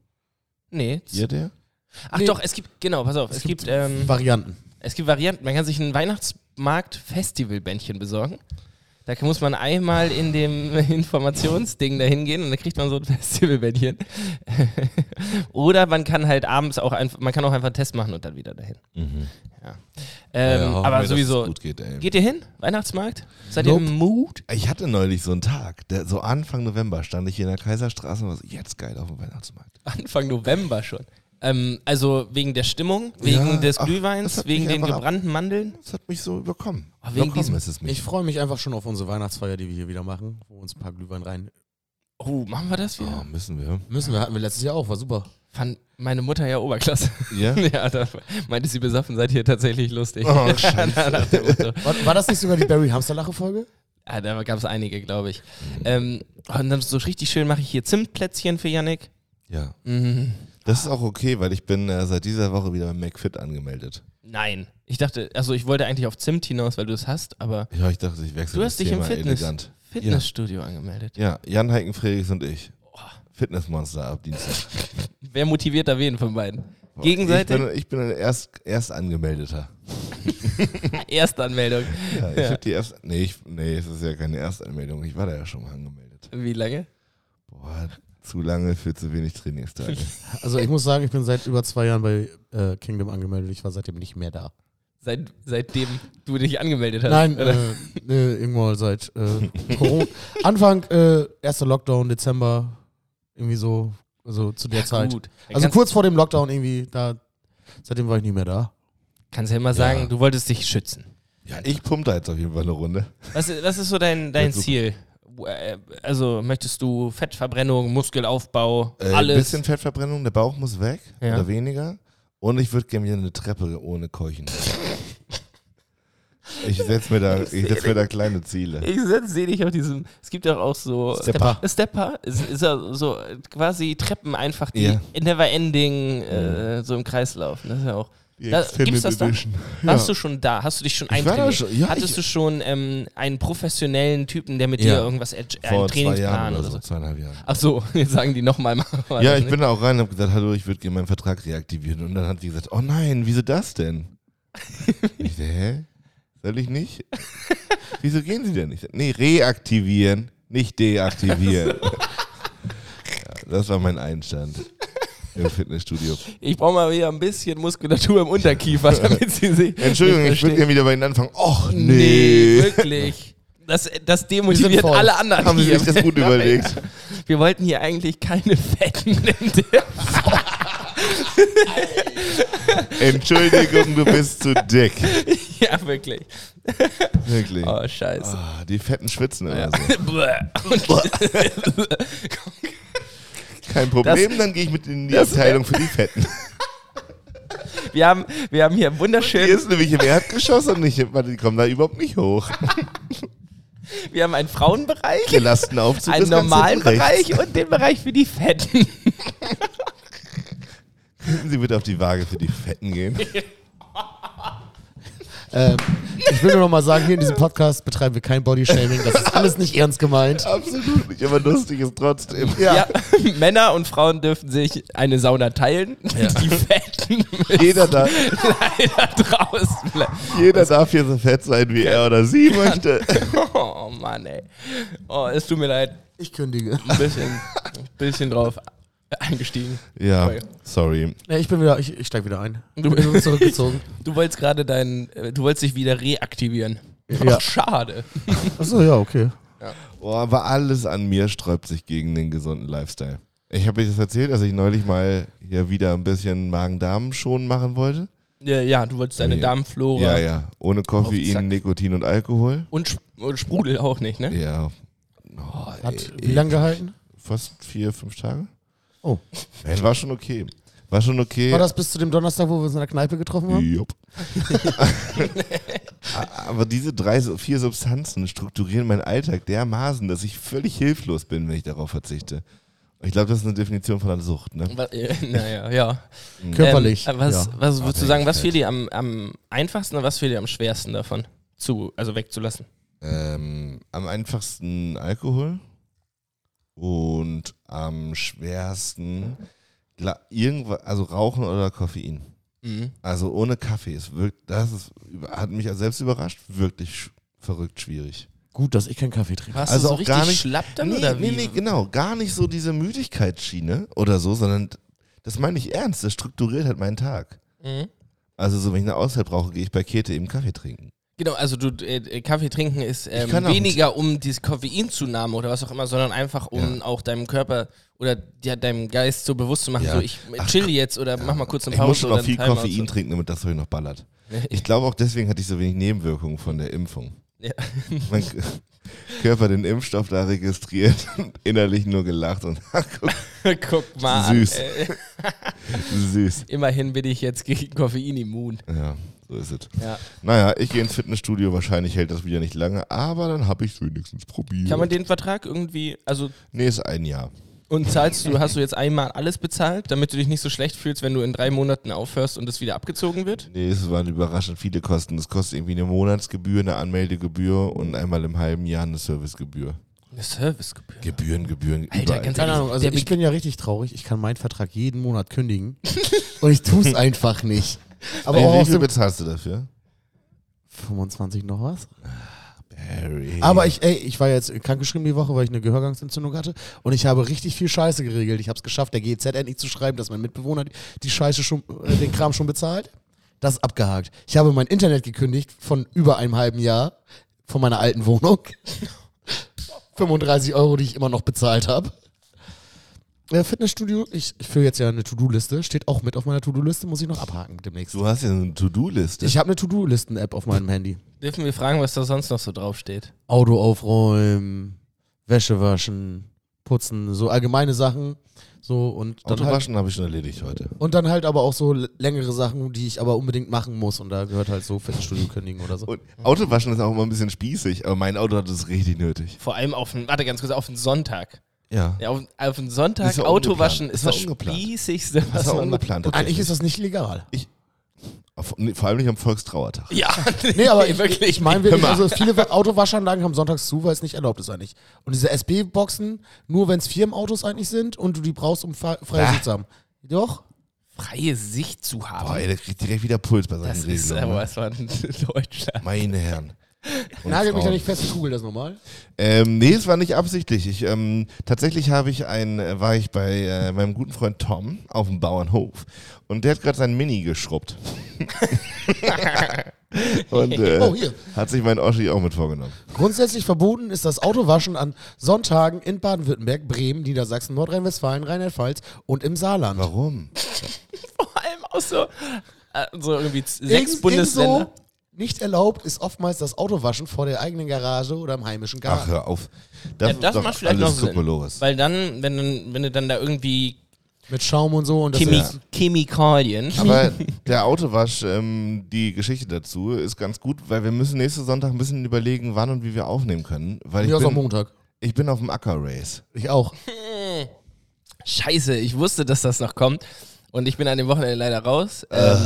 D: Nee.
C: Ihr der?
D: Ach
A: Nee.
D: doch, es gibt. Genau, pass auf. Es, gibt, ähm,
A: Varianten.
D: es gibt Varianten. Man kann sich ein Weihnachtsmarkt-Festival-Bändchen besorgen. Da kann- muss man einmal in dem Informationsding da hingehen und dann kriegt man so ein Festivalbändchen. Oder man kann halt abends auch einfach, man kann auch einfach einen Test machen und dann wieder dahin. Ja. Ähm,
C: Mhm. Ja, hoffen wir,
D: aber
C: dass es
D: sowieso,
C: Gut geht, ey.
D: Geht ihr hin? Weihnachtsmarkt? Seid
A: Nope.
D: ihr im Mut?
C: Ich hatte neulich so einen Tag, der, so Anfang November stand ich hier in der Kaiserstraße und war so, jetzt geil auf dem Weihnachtsmarkt.
D: Anfang November schon. Ähm, also wegen der Stimmung, wegen
C: Ja,
D: des
C: ach, das
D: Glühweins,
C: hat
D: wegen
C: mich
D: den
C: einfach ab-
D: gebrannten Mandeln.
C: Das hat mich so überkommen.
D: Oh, wegen diesem-
C: ist es
A: Ich freue mich einfach schon auf unsere Weihnachtsfeier, die wir hier wieder machen, wo uns ein paar Glühwein rein.
D: Oh, machen wir das wieder?
C: Oh, müssen wir.
A: Müssen wir, hatten wir letztes Jahr auch, war super.
D: Fand meine Mutter ja Oberklasse.
C: Ja?
D: ja, da meinte sie besoffen, seid ihr tatsächlich lustig.
C: Oh, scheiße.
D: Nach dem Motto.
A: War, war das nicht sogar die Barry Hamsterlache-Folge?
D: ah, da gab es einige, glaube ich. oh, Ähm, und dann so richtig schön mache ich hier Zimtplätzchen für Yannick.
C: Ja.
D: Mhm.
C: Das ist auch okay, weil ich bin äh, seit dieser Woche wieder beim McFit angemeldet.
D: Nein. Ich dachte, also ich wollte eigentlich auf Zimt hinaus, weil du es hast, aber
C: Ja, ich dachte, ich wechsle
D: du
C: das
D: hast dich im
C: Thema
D: Fitness,
C: elegant.
D: Fitnessstudio angemeldet.
C: Ja, Jan Heiken Friedrichs und ich.
D: Oh.
C: Fitnessmonster ab Dienstag.
D: Wer motiviert da wen von beiden? Gegenseitig?
C: Ich bin, ich bin ein Erst, Erstangemeldeter.
D: Erstanmeldung.
C: Ja, ich hab die erst. Nee, ich, nee, es ist ja keine Erstanmeldung. Ich war da ja schon mal angemeldet.
D: Wie lange?
C: Boah, zu lange für zu wenig Trainingstage.
A: Also ich muss sagen, ich bin seit über zwei Jahren bei äh, Kingdom angemeldet. Ich war seitdem nicht mehr da.
D: Seit, seitdem du dich angemeldet hast.
A: Nein,
D: oder?
A: äh, nee, irgendwo seit äh, Corona. Anfang, äh, erster Lockdown, Dezember, irgendwie so, also zu der Zeit.
D: Gut. Dann
A: Also
D: kannst,
A: kurz vor dem Lockdown irgendwie, da, seitdem war ich nicht mehr da.
D: kannst ja immer sagen,
C: Ja.
D: du wolltest dich schützen.
C: ja, ich pumpe da jetzt auf jeden Fall eine Runde.
D: Was, was ist so dein, dein
C: Ja, super.
D: Ziel? Äh, Also möchtest du Fettverbrennung, Muskelaufbau,
C: Äh, Ein
D: alles?
C: bisschen Fettverbrennung, der Bauch muss weg
D: Ja.
C: oder weniger. Und ich würde gerne wieder eine Treppe ohne Keuchen. ich setze mir, da- ich setz mir da kleine Ziele.
D: Ich sehe dich auf diesem. Es gibt doch auch so.
A: Stepper.
D: Stepper ist, ist ja so äh, quasi Treppen einfach, die
C: Ja.
D: never ending äh, so im Kreis laufen. Das ist ja auch.
C: Die
D: Da-
C: Extended
D: gibt's das da?
C: Edition.
D: Warst du schon da? Hast du dich schon
C: Ich war da
D: eintrainiert?
C: schon, ja,
D: Hattest
C: ich-
D: du schon ähm, einen professionellen Typen, der mit
A: Ja.
D: dir irgendwas, äh, einen
C: Vor zwei Jahren
D: Trainingsplan
C: oder so, zweieinhalb Jahren.
D: Ach so, jetzt sagen die nochmal.
C: Ja, ich bin da auch rein und habe gesagt, hallo, ich würde gerne meinen Vertrag reaktivieren. Und dann hat sie gesagt, oh nein, wieso das denn? ich so, hä? Soll ich nicht? wieso gehen sie denn nicht? Nee, reaktivieren, nicht deaktivieren. ja, das war mein Einstand im Fitnessstudio.
D: Ich brauche mal wieder ein bisschen Muskulatur im Unterkiefer, damit sie sich.
C: Entschuldigung,
D: nicht
C: ich würde
D: verstehen.
C: gerne wieder bei Ihnen anfangen. Och,
D: Nee,
C: nee.
D: wirklich. Das, das
A: Wir sind
D: demotiviert
A: voll.
D: alle anderen
C: Haben Sie
D: hier.
C: sich das gut überlegt?
D: Wir wollten hier eigentlich keine Fetten in der
C: Entschuldigung, du bist zu dick.
D: Ja, wirklich.
C: Wirklich.
D: Oh, scheiße.
C: Ah, die fetten schwitzen immer so.
D: Und-
C: Kein Problem, dann gehe ich mit in die Abteilung für die Fetten.
D: wir, haben, wir haben hier
C: Die
D: wunderschön,
C: ist nämlich im Erdgeschoss und nicht, im- warte, die kommen da überhaupt nicht hoch.
D: wir haben einen Frauenbereich,
C: Der Lastenaufzug
D: einen
C: ist ganz
D: normalen
C: hinten rechts.
D: Bereich und den Bereich für die Fetten.
C: Sie wird auf die Waage für die Fetten gehen.
A: Ähm, ich will nur noch mal sagen, hier in diesem Podcast betreiben wir kein Bodyshaming. Das ist alles nicht ernst gemeint.
C: Absolut nicht, aber lustig ist trotzdem. Ja.
D: Ja, Männer und Frauen dürfen sich eine Sauna teilen. Die Fetten müssen
C: Jeder, darf,
D: leider draußen bleiben.
C: jeder darf hier so fett sein, wie er oder sie möchte.
D: Oh Mann, ey. Oh, es tut mir leid.
A: Ich kündige.
D: Ein bisschen, ein bisschen drauf eingestiegen.
C: Ja, sorry.
A: Nee, ich bin wieder, ich, ich steig wieder ein. Du
D: Du-
C: Mhm.
A: bist zurückgezogen.
D: Du wolltest gerade deinen, äh, du wolltest dich wieder reaktivieren.
A: Ja.
D: Ach, schade.
A: Achso, ja, okay.
C: Oh, aber alles an mir sträubt sich gegen den gesunden Lifestyle. Ich habe euch das erzählt, dass ich neulich mal hier wieder ein bisschen Magen-Darm schon machen wollte.
D: Ja, ja du wolltest deine
C: Nee.
D: Darmflora
C: Ja, ja. Ohne
D: Auf Zack.
C: Koffein, Nikotin und Alkohol.
D: Und, Sp und Sprudel auch nicht, ne?
C: Ja. Oh,
A: Hat
C: ey,
A: wie lange gehalten?
C: fast vier, fünf Tage.
A: Oh.
C: Ja, das war schon okay. War schon okay.
A: War das bis zu dem Donnerstag, wo wir uns in der Kneipe getroffen haben?
C: Jupp. Aber diese drei, so- vier Substanzen strukturieren meinen Alltag dermaßen, dass ich völlig hilflos bin, wenn ich darauf verzichte. Ich glaube, das ist eine Definition von einer Sucht, ne?
D: Wa- äh, Naja, ja.
A: Körperlich.
D: Ähm, was,
A: ja.
D: was würdest du sagen, was
C: Abhängigkeit.
D: fiel dir am, am einfachsten und was fiel dir am schwersten davon? Zu, also wegzulassen.
C: Ähm, am einfachsten Alkohol und am schwersten gla- irgendwas, also Rauchen oder Koffein.
D: Mhm.
C: Also ohne Kaffee ist wirklich, das ist, über- hat mich selbst überrascht, wirklich sch verrückt schwierig.
A: Gut, dass ich keinen Kaffee trinke.
D: Warst
C: Also
D: du so
C: auch
D: richtig
C: gar nicht-
D: schlapp dann?
C: nee,
D: oder
C: nee,
D: wie?
C: nee, genau, gar nicht so diese Müdigkeitsschiene oder so, sondern das meine ich ernst, das strukturiert halt meinen Tag.
D: Mhm.
C: Also so, wenn ich eine Auszeit brauche, gehe ich bei Käthe eben Kaffee trinken.
D: Genau, also du, äh, Kaffee trinken ist ähm,
C: kann auch-
D: weniger um diese Koffeinzunahme oder was auch immer, sondern einfach um auch deinem Körper oder ja, deinem Geist so bewusst zu machen,
C: Ja.
D: so ich chill jetzt oder mach mal kurz eine
C: Ich
D: Pause.
C: muss schon
D: oder
C: noch viel
D: einen Timeout.
C: Koffein trinken, damit das so noch ballert.
D: Nee.
C: Ich glaube auch deswegen hatte ich so wenig Nebenwirkungen von der Impfung.
D: Ja.
C: Mein K- Körper den Impfstoff da registriert und innerlich nur gelacht und guck,
D: Guck mal.
C: Süß.
D: An, äh,
C: süß.
D: immerhin bin ich jetzt gegen Koffein immun.
C: Ja, so ist es.
D: Ja.
C: Naja, ich gehe ins Fitnessstudio, wahrscheinlich hält das wieder nicht lange, aber dann habe ich es wenigstens probiert.
D: Kann man den Vertrag irgendwie, also
C: nee, ist ein Jahr.
D: Und zahlst du, hast du jetzt einmal alles bezahlt, damit du dich nicht so schlecht fühlst, wenn du in drei Monaten aufhörst und es wieder abgezogen wird?
C: Nee, es waren überraschend viele Kosten. Es kostet irgendwie eine Monatsgebühr, eine Anmeldegebühr und einmal im halben Jahr eine Servicegebühr.
D: Eine Servicegebühr.
C: Gebühren, Gebühren.
D: Alter,
C: überall.
D: ganz
A: Keine Ahnung, also
D: Der
A: ich
D: Beg-
A: bin ja richtig traurig. Ich kann meinen Vertrag jeden Monat kündigen. und ich tue es einfach nicht. Aber auch
C: Wie
A: aus
C: viel
A: dem
C: bezahlst du dafür?
A: 25 noch was?
C: Harry.
A: Aber ich, ey, ich war jetzt krankgeschrieben die Woche, weil ich eine Gehörgangsentzündung hatte und ich habe richtig viel Scheiße geregelt. Ich habe es geschafft, der GEZ endlich zu schreiben, dass mein Mitbewohner die Scheiße schon, äh, den Kram schon bezahlt. Das ist abgehakt. Ich habe mein Internet gekündigt von über einem halben Jahr von meiner alten Wohnung. 35 Euro, die ich immer noch bezahlt habe. Äh, Fitnessstudio, ich, ich führe jetzt ja eine To-Do-Liste, steht auch mit auf meiner To-Do-Liste, muss ich noch abhaken demnächst.
C: Du hast ja eine To-Do-Liste.
A: Ich habe eine To-Do-Listen-App auf meinem Handy.
D: Dürfen wir fragen, was da sonst noch so draufsteht?
A: Auto aufräumen, Wäsche waschen, putzen, so allgemeine Sachen. So und dann, halt,
C: Autowaschen habe ich schon erledigt heute.
A: und dann halt aber auch so l- längere Sachen, die ich aber unbedingt machen muss. Und da gehört halt so Fitnessstudio kündigen oder so.
C: Und Autowaschen ist auch immer ein bisschen spießig, aber mein Auto hat es richtig nötig.
D: Vor allem auf den, warte ganz kurz, auf den Sonntag.
C: Ja.
D: Ja, auf, auf den Sonntag
C: Ist ja
D: Auto
C: ungeplant.
D: waschen ist
C: Ist ja
D: das
C: ungeplant.
D: spießigste,
C: Das
D: was
C: war
D: man macht.
C: ungeplant.
A: und eigentlich
C: tatsächlich.
A: ist das nicht legal.
C: Auf- nee, Vor allem nicht am Volkstrauertag.
D: Ja,
A: Nee, aber ich,
D: wirklich.
A: ich meine wirklich, also viele Wa- Autowaschanlagen haben sonntags zu, weil es nicht erlaubt ist eigentlich. Und diese SB-Boxen, nur wenn es Firmenautos eigentlich sind und du die brauchst, um fa- freie
C: Ah.
A: Sicht zu haben. Doch?
D: freie Sicht zu haben.
C: Boah, ey, der kriegt direkt wieder Puls bei
D: das
C: seinen
D: ist
C: Regelungen.
D: aber
C: ne?
D: was war in Deutschland.
C: Meine Herren. Und
A: Nagel mich
C: Frauen.
A: da nicht fest, ich google das nochmal.
C: Ähm, nee, es war nicht absichtlich. Ich, ähm, tatsächlich habe ich ein, äh, war ich bei äh, meinem guten Freund Tom auf dem Bauernhof und der hat gerade sein Mini geschrubbt. und äh,
A: Oh, hier.
C: hat sich mein Oschi auch mit vorgenommen.
A: Grundsätzlich verboten ist das Autowaschen an Sonntagen in Baden-Württemberg, Bremen, Niedersachsen, Nordrhein-Westfalen, Rheinland-Pfalz und im Saarland.
C: Warum?
D: Vor allem auch so, äh, so irgendwie z-
A: Irgend-
D: sechs
A: irgend
D: Bundesländer.
A: so Nicht erlaubt ist oftmals das Autowaschen vor der eigenen Garage oder im heimischen
C: Ach,
A: Garten.
C: hör auf. Das,
D: Ja, das
C: ist doch
D: macht vielleicht
C: alles
D: noch Sinn.
C: Kokolores.
D: Weil dann, wenn, du- wenn du dann da irgendwie
A: Mit Schaum und so. Und das
D: Chemie,
A: ist,
D: Chemikalien.
C: Aber der Autowasch, ähm, die Geschichte dazu ist ganz gut, weil wir müssen nächsten Sonntag ein bisschen überlegen, wann und wie wir aufnehmen können. Weil
A: ja,
C: ich
A: ist am
C: bin,
A: Montag.
C: ich bin auf dem Acker-Race.
A: Ich auch.
D: Scheiße, ich wusste, dass das noch kommt. Und ich bin an dem Wochenende leider raus. Ähm,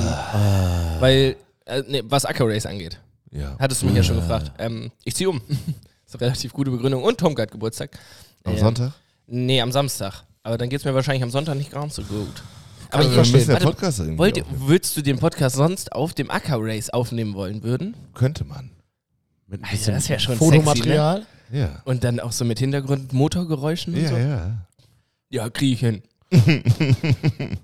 D: Weil, äh, nee, was Acker Race angeht,
C: Ja.
D: hattest du mich ja
C: Äh.
D: schon gefragt. Ähm, ich ziehe um. ist eine relativ gute Begründung. Und Tom hat Geburtstag.
C: Am
D: Ja.
C: Sonntag?
D: Nee, am Samstag. Aber dann geht's mir wahrscheinlich am Sonntag nicht ganz so gut. Aber
A: ich
D: ich
C: Wir müssen
A: verstehe.
C: ja
D: Warte,
C: Podcast irgendwie
D: wollt, ihr-
C: aufnehmen.
D: würdest du den Podcast sonst auf dem Acker Race aufnehmen wollen würden?
C: Könnte man.
A: Mit ein
D: Alter, das wär
C: ne?
D: schon ne?
A: Fotomaterial.
C: Ja.
D: Und dann auch so mit Hintergrund Motorgeräuschen und Hm, so?
C: ja.
D: Ja, krieg ich hin.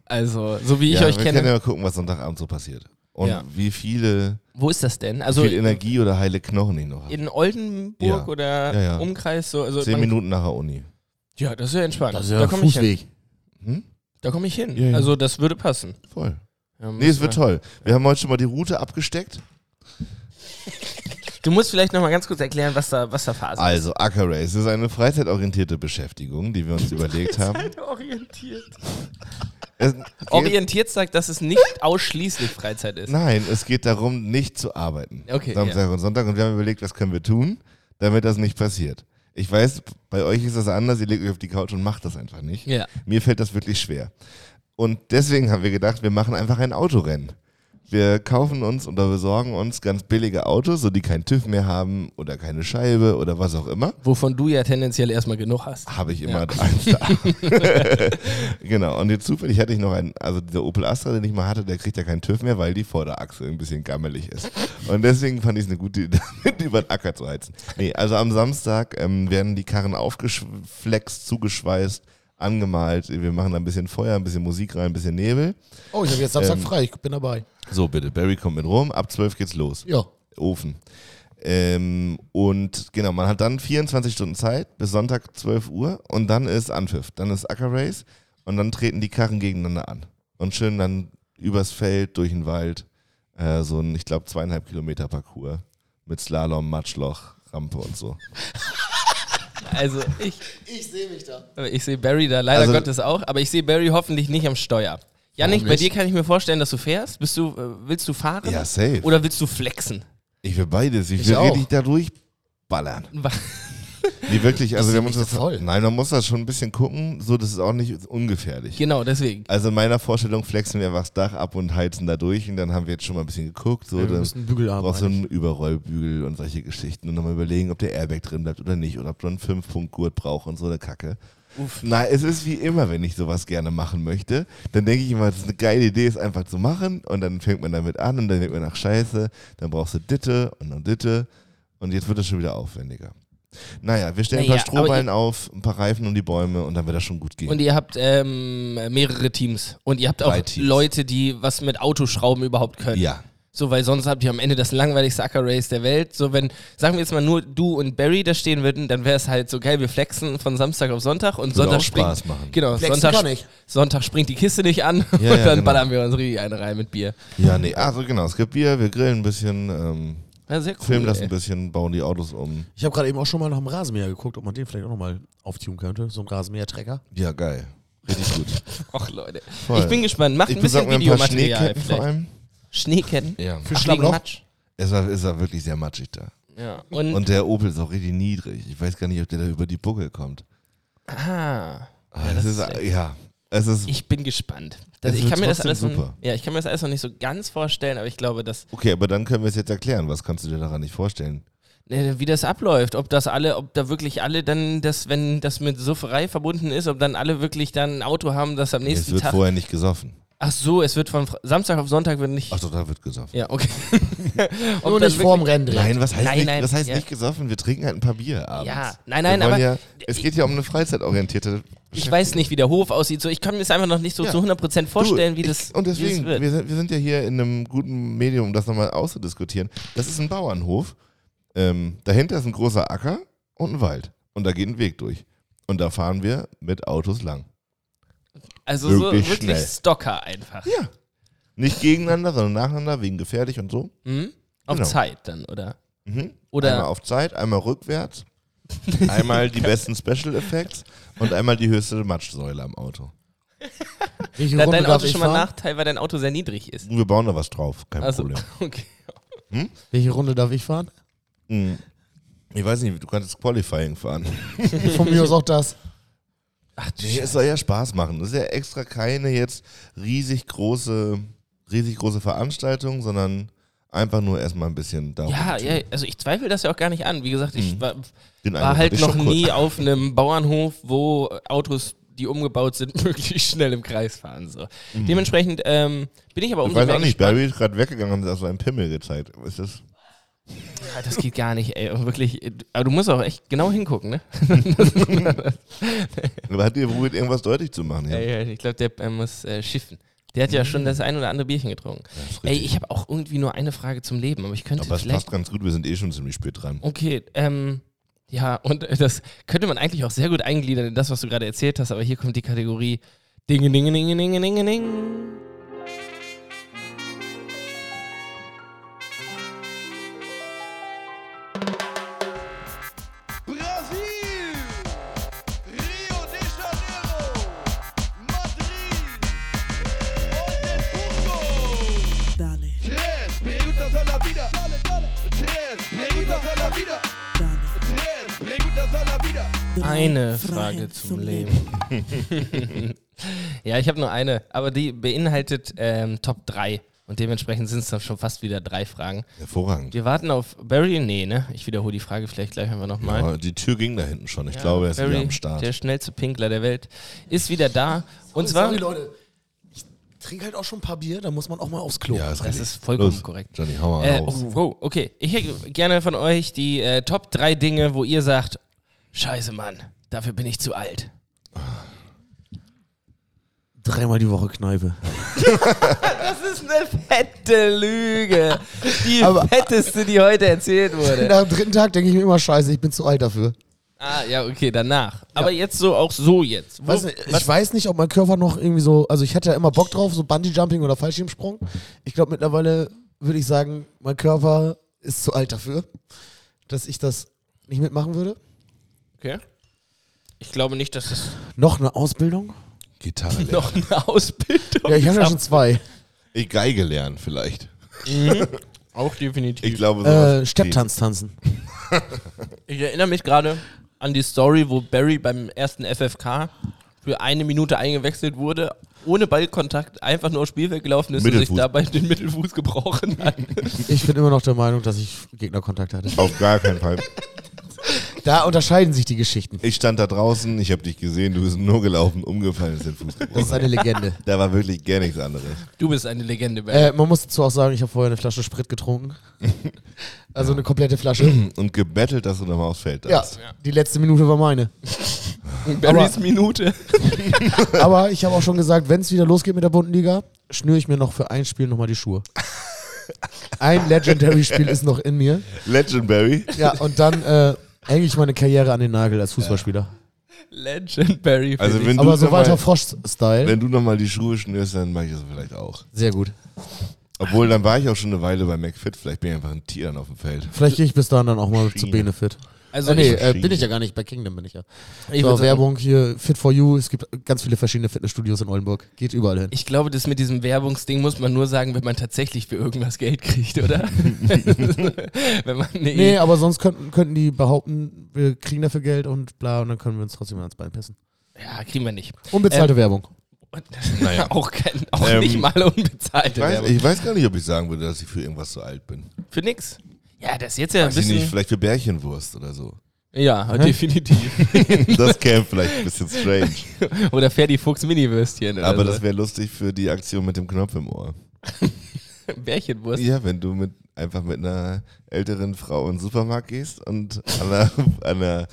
D: also, so wie ich
C: ja,
D: euch
C: wir können ja
D: kenne.
C: mal gucken, was Sonntagabend so passiert. Und
D: Ja.
C: wie viele,
D: Wo ist das denn? Also
C: viel Energie oder heile Knochen ich noch habe.
D: in Oldenburg
C: Ja.
D: oder
C: Ja, ja.
D: Umkreis so. Also
C: Zehn
D: man-
C: Minuten nach der Uni.
D: Ja, das ist ja entspannt.
A: Das ist ja
D: da
A: ein
D: komme ich hin.
A: Fußweg.
C: Hm?
D: Da komme ich hin.
C: Ja, ja.
D: Also das würde passen.
C: Voll.
D: Ja,
C: Nee, es wird
D: muss
C: toll. Wir haben heute schon mal die Route abgesteckt.
D: man- Du musst vielleicht noch mal ganz kurz erklären, was da, was da Phase ist.
C: Also, Acker Race ist eine freizeitorientierte Beschäftigung, die wir uns überlegt haben.
D: Orientiert.
C: Es,
D: Orientiert sagt, dass es nicht ausschließlich Freizeit ist.
C: Nein, es geht darum, nicht zu arbeiten.
D: Okay,
C: Samstag und Sonntag. Und wir haben überlegt, was können wir tun, damit das nicht passiert. Ich weiß, bei euch ist das anders. Ihr legt euch auf die Couch und macht das einfach nicht.
D: Ja.
C: Mir fällt das wirklich schwer. Und deswegen haben wir gedacht, wir machen einfach ein Autorennen. Wir kaufen uns oder besorgen uns ganz billige Autos, so die keinen TÜV mehr haben oder keine Scheibe oder was auch immer.
D: Wovon du ja tendenziell erstmal genug hast.
C: Habe ich immer Angst. da. genau. Und jetzt zufällig hatte ich noch einen, also dieser Opel Astra, den ich mal hatte, der kriegt ja keinen TÜV mehr, weil die Vorderachse ein bisschen gammelig ist. Und deswegen fand ich es eine gute Idee, damit über den Acker zu heizen. Nee, also am Samstag ähm, werden die Karren aufgeflext, zugeschweißt, angemalt. Wir machen da ein bisschen Feuer, ein bisschen Musik rein, ein bisschen Nebel.
A: Oh, ich habe jetzt Samstag
C: Ähm,
A: frei. Ich bin dabei.
C: So, bitte. Barry kommt mit rum. Ab 12 geht's los.
A: Ja.
C: Ofen. Ähm, und genau, man hat dann 24 Stunden Zeit bis Sonntag 12 Uhr und dann ist Anpfiff, dann ist Acker Race und dann treten die Karren gegeneinander an. Und schön dann übers Feld, durch den Wald, äh, so ein, ich glaube, zweieinhalb Kilometer Parcours mit Slalom, Matschloch, Rampe und so.
D: Also ich,
A: Ich sehe mich da.
D: ich sehe Barry da leider
C: Also-
D: Gottes auch, aber ich sehe Barry hoffentlich nicht am Steuer. Janik,
A: Warum
D: bei
A: nicht?
D: dir kann ich mir vorstellen, dass du fährst. Bist du, äh, willst du fahren?
C: Ja, safe.
D: Oder willst du flexen?
C: Ich will beides, ich,
A: Also, Ich
C: will
A: auch.
C: richtig da durchballern. Nee, wirklich, also wir haben uns
A: nicht
C: das,
A: so voll.
C: nein, man muss das schon ein bisschen gucken, so das ist auch nicht ungefährlich.
D: Genau, deswegen.
C: Also in meiner Vorstellung flexen wir einfach das Dach ab und heizen da durch und dann haben wir jetzt schon mal ein bisschen geguckt, so
A: Wir
C: dann
A: müssen Bügel haben
C: brauchst du einen
A: eigentlich.
C: Überrollbügel und solche Geschichten und nochmal überlegen, ob der Airbag drin bleibt oder nicht oder ob du einen 5-Punkt-Gurt brauchst und so eine Kacke.
D: Uff.
C: Na, es ist wie immer, wenn ich sowas gerne machen möchte, dann denke ich immer, das ist eine geile Idee, es einfach zu machen und dann fängt man damit an und dann denkt man, ach scheiße, dann brauchst du Ditte und dann Ditte und jetzt wird das schon wieder aufwendiger. Naja, wir stellen ein
D: Naja,
C: paar
D: aber
C: Strohballen auf, ein paar Reifen um die Bäume und dann wird das schon gut gehen.
D: Und ihr habt ähm, mehrere Teams. Und ihr habt
C: Drei
D: auch
C: Teams.
D: Leute, die was mit Autoschrauben überhaupt können.
C: ja.
D: So, weil sonst habt ihr am Ende das langweiligste Acker Race der Welt. So, wenn, sagen wir jetzt mal nur du und Barry da stehen würden, dann wäre es halt so geil, wir flexen von Samstag auf Sonntag und Sonntag
C: auch Spaß
D: springt.
C: machen.
D: Genau,
A: Flexen
D: Sonntag,
A: kann
D: sp-
A: ich.
D: Sonntag springt die Kiste nicht an
C: Ja,
D: und
C: ja,
D: dann
C: genau.
D: ballern wir uns richtig eine rein mit Bier.
C: Ja, nee, also genau, es gibt Bier, wir grillen ein bisschen, ähm,
D: Ja, sehr cool.
C: filmen das
D: ey.
C: ein bisschen, bauen die Autos um.
A: Ich habe gerade eben auch schon mal nach dem Rasenmäher geguckt, ob man den vielleicht auch nochmal auftun könnte. So ein Rasenmähertrecker.
C: Ja, geil. Richtig gut.
D: Och, Leute.
C: Voll.
D: Ich bin gespannt. Macht
C: ich
D: ein bisschen
C: besorge mir ein paar
D: Videomaterial
C: Schneeketten vor
D: vielleicht.
C: allem.
D: Schneeketten?
C: Ja.
A: Für
D: Ach, wegen
A: Schlammloch?
D: Matsch.
C: Es war, es war wirklich sehr matschig da.
D: Ja. Und,
C: Und der Opel ist auch richtig niedrig. Ich weiß gar nicht, ob der da über die Buckel kommt.
D: ah,
C: Ah, das
D: das
C: ist,
D: ist echt-
C: ja, es ist,
D: ich bin gespannt. Das,
C: Es
D: ich
C: wird
D: kann mir das
C: trotzdem
D: alles
C: super.
D: Noch, ja, ich kann mir das alles noch nicht so ganz vorstellen, aber ich glaube, dass
C: okay, aber dann können wir es jetzt erklären. Was kannst du dir daran nicht vorstellen?
D: Ne, wie das abläuft, ob das alle, ob da wirklich alle dann, das, wenn das mit Sufferei verbunden ist, ob dann alle wirklich dann ein Auto haben, das am
C: Es
D: nächsten
C: wird
D: Tag.
C: vorher nicht gesoffen.
D: Ach so, es wird von Fr- Samstag auf Sonntag wird nicht.
C: Ach doch, da wird gesoffen.
D: Ja, okay. ob
A: Nur
D: das
A: nicht vorm
D: wirklich-
A: Rennen direkt.
C: Nein, was heißt,
D: Nein,
C: nicht,
D: nein,
C: was heißt
D: ja.
C: nicht gesoffen? Wir trinken halt ein paar Bier abends.
D: Ja, nein, nein,
C: wir wollen
D: aber
C: ja, es geht ja um eine freizeitorientierte
D: ich weiß nicht, wie der Hof aussieht. So, ich kann mir das einfach noch nicht so
C: Ja.
D: zu 100% vorstellen,
C: Du,
D: wie, das,
C: Ich, und
D: wie das
C: deswegen,
D: wird.
C: wir, sind, wir sind ja hier in einem guten Medium, um das nochmal auszudiskutieren. Das ist ein Bauernhof. Ähm, dahinter ist ein großer Acker und ein Wald. Und da geht ein Weg durch. Und da fahren wir mit Autos lang.
D: Also
C: wirklich
D: so wirklich
C: schnell.
D: Stocker einfach.
C: Ja. Nicht gegeneinander, sondern nacheinander, wegen gefährlich und so.
D: Hm? Auf
C: Genau.
D: Zeit dann, oder?
C: Mhm.
D: Oder-
C: einmal auf Zeit, einmal rückwärts, einmal die besten Special Effects und einmal die höchste Matschsäule am Auto.
A: Welche
D: Da hat
A: Runde
D: dein
A: darf
D: Auto
A: ich
D: schon mal
A: fahren?
D: Nachteil, weil dein Auto sehr niedrig ist.
C: Wir bauen da was drauf, kein
D: Also,
C: Problem.
D: okay.
A: Welche Runde darf ich fahren?
C: Mhm. Ich weiß nicht, du kannst das Qualifying fahren.
A: Von mir aus auch das.
D: Ach du
C: Nee,
D: Scheiße.
C: es soll ja Spaß machen. Das ist ja extra keine jetzt riesig große, riesig große Veranstaltung, sondern einfach nur erstmal ein bisschen darum.
D: Ja, ja, also ich zweifle das ja auch gar nicht an. Wie gesagt, ich
C: Mhm.
D: war,
C: Den
D: war
C: Eindruck hatte
D: halt
C: ich
D: noch
C: schon kurz.
D: nie auf einem Bauernhof, wo Autos, die umgebaut sind, möglichst schnell im Kreis fahren. So. Dementsprechend ähm, bin ich aber
C: Mhm. Ich
D: umso
C: weiß
D: mehr
C: auch nicht,
D: gespannt.
C: Barry ist gerade weggegangen und hat so einen Pimmel gezeigt. Ist das?
D: Ja, ah, Das geht gar nicht, ey. Und Wirklich, äh, aber du musst auch echt genau hingucken, ne?
C: Aber Hat ihr probiert, irgendwas deutlich zu machen? Ja. Mhm.
D: Ey, ey, Ich glaube, der äh, muss äh, schiffen. Der hat ja schon das ein oder andere Bierchen getrunken.
C: Das ist
D: Ey,
C: richtig.
D: ich habe auch irgendwie nur eine Frage zum Leben, aber ich könnte
C: Aber es
D: vielleicht.
C: passt ganz gut, wir sind eh schon ziemlich spät dran.
D: Okay, ähm, ja, und äh, das könnte man eigentlich auch sehr gut eingliedern in das, was du gerade erzählt hast, aber hier kommt die Kategorie Dinge, Dinge, Dinge, Dinge, Dinge, Ding.
E: Brasil! Rio de Janeiro! Madrid! Oldenburgo!
F: Dale,
E: Tres preguntas a la vida. Tres preguntas a la vida.
F: dale.
E: Tres preguntas a la vida.
F: Drei
D: Eine
F: Fragen
D: Frage zum Leben. ja, ich habe nur eine, aber die beinhaltet ähm, Top 3 und dementsprechend sind es dann schon fast wieder drei Fragen.
C: Hervorragend.
D: Wir warten auf Barry, nee, ne? Ich wiederhole die Frage vielleicht gleich einfach nochmal.
C: Ja, die Tür ging da hinten schon. Ich glaube, er ist wieder am Start.
D: Der schnellste Pinkler der Welt ist wieder da. und zwar,
A: Sorry, Leute. Ich trinke halt auch schon ein paar Bier, da muss man auch mal aufs Klo.
C: Ja, ist
D: das
C: richtig.
D: ist vollkommen
C: Los,
D: korrekt.
C: Johnny, hau mal
D: Äh,
C: raus.
D: oh, wow, okay. Ich hätte gerne von euch die äh, Top 3 Dinge, wo ihr sagt, scheiße Mann, dafür bin ich zu alt.
A: Dreimal die Woche Kneipe.
D: Das ist eine fette Lüge. Die fetteste, die heute erzählt wurde.
A: Nach dem dritten Tag denke ich mir immer, scheiße, ich bin zu alt dafür.
D: Ah, ja, okay, danach. Aber jetzt so, auch so jetzt. Wo,
A: Weiß nicht, ich weiß nicht, ob mein Körper noch irgendwie so, also ich hatte ja immer Bock drauf, so Bungee-Jumping oder Fallschirmsprung. Ich glaube mittlerweile würde ich sagen, mein Körper ist zu alt dafür, dass ich das nicht mitmachen würde.
D: okay. Ich glaube nicht, dass das
A: Noch eine Ausbildung?
C: Gitarre lernen.
D: noch eine Ausbildung
A: Ja, ich habe ja schon zwei.
C: Ich Geige lernen vielleicht.
D: Auch definitiv.
C: Ich
D: Ich,
A: Also
C: glaube, sowas
A: Äh, Stepptanz Äh, tanzen.
D: erinnere mich gerade, an die Story, wo Barry beim ersten FFK für eine Minute eingewechselt wurde, ohne Ballkontakt, einfach nur aufs Spielfeld gelaufen ist und sich
C: Mittelfuß.
D: dabei den Mittelfuß gebrochen hat.
A: Ich bin immer noch der Meinung, dass ich Gegnerkontakt hatte.
C: Auf gar keinen Fall.
A: Da unterscheiden sich die Geschichten.
C: Ich stand da draußen, ich habe dich gesehen, du bist nur gelaufen, umgefallen ist den Fuß
A: Das ist
C: gebrochen.
A: eine Legende.
C: Da war wirklich gar nichts anderes.
D: Du bist eine Legende, Barry.
A: Äh, man muss dazu auch sagen, ich habe vorher eine Flasche Sprit getrunken. Also eine komplette Flasche.
C: Und gebettelt, dass du nochmal aufs Feld
A: Ja,
C: darfst.
A: die letzte Minute war meine.
C: Äh,
D: Barrys Minute.
A: Aber ich habe auch schon gesagt, wenn es wieder losgeht mit der Bundesliga, schnüre ich mir noch für ein Spiel nochmal die Schuhe. Ein Legendary-Spiel ist noch in mir.
C: Legendary.
A: Ja, und dann äh, hänge ich meine Karriere an den Nagel als Fußballspieler.
D: Legend Barry. für
C: Also
D: dich.
C: wenn du
A: Aber so
C: nochmal-
A: Walter Frosch-Style.
C: Wenn du nochmal die Schuhe schnürst, dann mache ich das vielleicht auch.
A: Sehr gut.
C: Obwohl, dann war ich auch schon eine Weile bei McFit. Vielleicht bin ich einfach ein Tier dann auf dem Feld.
A: Vielleicht gehe ich bis dahin dann auch mal zu Benefit.
D: also
A: Ah, nee,
D: ich,
A: äh, bin ich ja gar nicht. Bei Kingdom bin ich ja.
D: ich,
A: so,
D: würd sagen,
A: Werbung hier, Fit for You. Es gibt ganz viele verschiedene Fitnessstudios in Oldenburg. Geht überall hin.
D: ich glaube, das mit diesem Werbungsding muss man nur sagen, wenn man tatsächlich für irgendwas Geld kriegt, oder? wenn man nee,
A: Nee, aber sonst könnten, könnten die behaupten, wir kriegen dafür Geld und bla, und dann können wir uns trotzdem ans Bein pissen.
D: Ja, kriegen wir nicht.
A: Unbezahlte Werbung.
D: Naja. auch kein, auch
C: Ähm,
D: nicht mal unbezahlte
C: Ich weiß,
D: Werbung.
C: ich weiß gar nicht, ob ich sagen würde, dass ich für irgendwas zu alt bin.
D: Für nix. Ja, das ist jetzt ja ein
C: Weiß ich nicht,
D: bisschen.
C: vielleicht für Bärchenwurst oder so.
D: Ja, definitiv.
C: Das käme vielleicht ein bisschen strange.
D: Oder Ferdi Fuchs Mini-Würstchen. oder
C: Aber
D: so.
C: das wäre lustig für die Aktion mit dem Knopf im Ohr.
D: Bärchenwurst.
C: Ja, wenn du mit einfach mit einer älteren Frau in den Supermarkt gehst und an der, an der,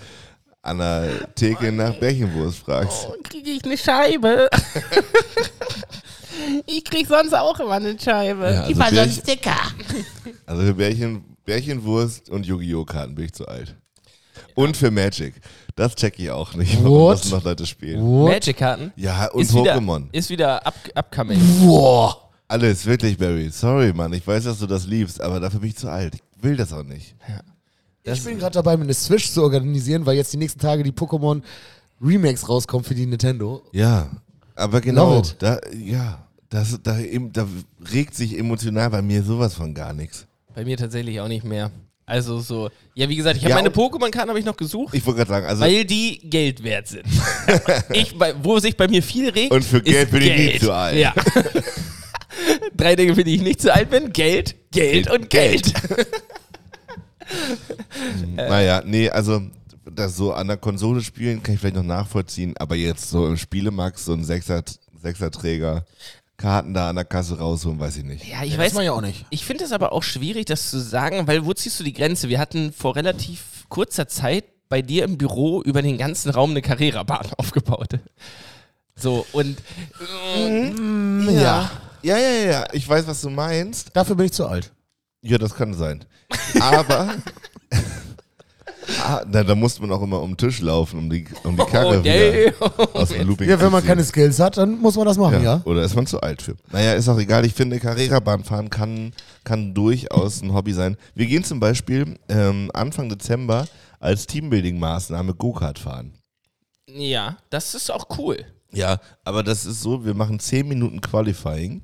C: an der Theke nach Bärchenwurst
A: Oh.
C: fragst.
D: Kriege ich eine Scheibe? ich krieg sonst auch immer eine Scheibe.
C: Ja, also, Bärchen, also für Bärchen, Bärchenwurst und Yu-Gi-Oh! Karten bin ich zu alt. Und für Magic. Das check ich auch nicht, warum
A: What?
C: das noch Leute spielen.
A: What?
D: Magic-Karten?
C: Ja, und
D: wieder-
C: Pokémon.
D: Ist wieder up, upcoming.
A: Boah.
C: Alles, wirklich, Barry. Sorry, Mann. Ich weiß, dass du das liebst, aber dafür bin ich zu alt. Ich will das auch nicht.
A: Ich bin gerade dabei, mir eine Switch zu organisieren, weil jetzt die nächsten Tage die Pokémon Remakes rauskommen für die Nintendo.
C: Ja. Aber genau,
A: Love it.
C: da, ja, das, da, em- da regt sich emotional bei mir sowas von gar nichts.
D: Bei mir tatsächlich auch nicht mehr. Also so. Ja, wie gesagt, ich habe
C: Ja,
D: meine
C: und-
D: Pokémon-Karten habe ich noch gesucht.
C: Ich wollte gerade sagen, also
D: weil die Geld wert sind. ich, bei, wo sich bei mir viel regt.
C: Und für
D: ist
C: Geld bin ich nicht zu alt.
D: Ja. Drei Dinge, für die ich nicht zu alt bin: Geld, Geld und Geld.
C: Naja, nee, also das so an der Konsole spielen kann ich vielleicht noch nachvollziehen, aber jetzt so im Spielemax so ein Sechser, Sechserträger, Karten da an der Kasse rausholen, weiß ich nicht.
D: Ja, ich
A: das
D: weiß.
A: man ja auch nicht.
D: Ich finde es aber auch schwierig, das zu sagen, weil wo ziehst du die Grenze? Wir hatten vor relativ kurzer Zeit bei dir im Büro über den ganzen Raum eine Carrera-Bahn aufgebaut. So, und
A: Ja.
C: Ja, ja, ja, ja, ich weiß, was du meinst.
A: Dafür bin ich zu alt.
C: Ja, das kann sein. Aber. ah, na, da muss man auch immer um den Tisch laufen, um die, um die Karre
D: okay.
C: wieder aus dem Looping
A: Ja, wenn
C: zu
A: man
C: ziehen.
A: keine Skills hat, dann muss man das machen, Oh, ja?
C: Oder ist man zu alt für? Naja, ist auch egal. Ich finde, Carrera-Bahn fahren kann, kann durchaus ein Hobby sein. Wir gehen zum Beispiel ähm, Anfang Dezember als Teambuilding-Maßnahme Go-Kart fahren.
D: ja, das ist auch cool.
C: Ja, aber das ist so, wir machen 10 Minuten Qualifying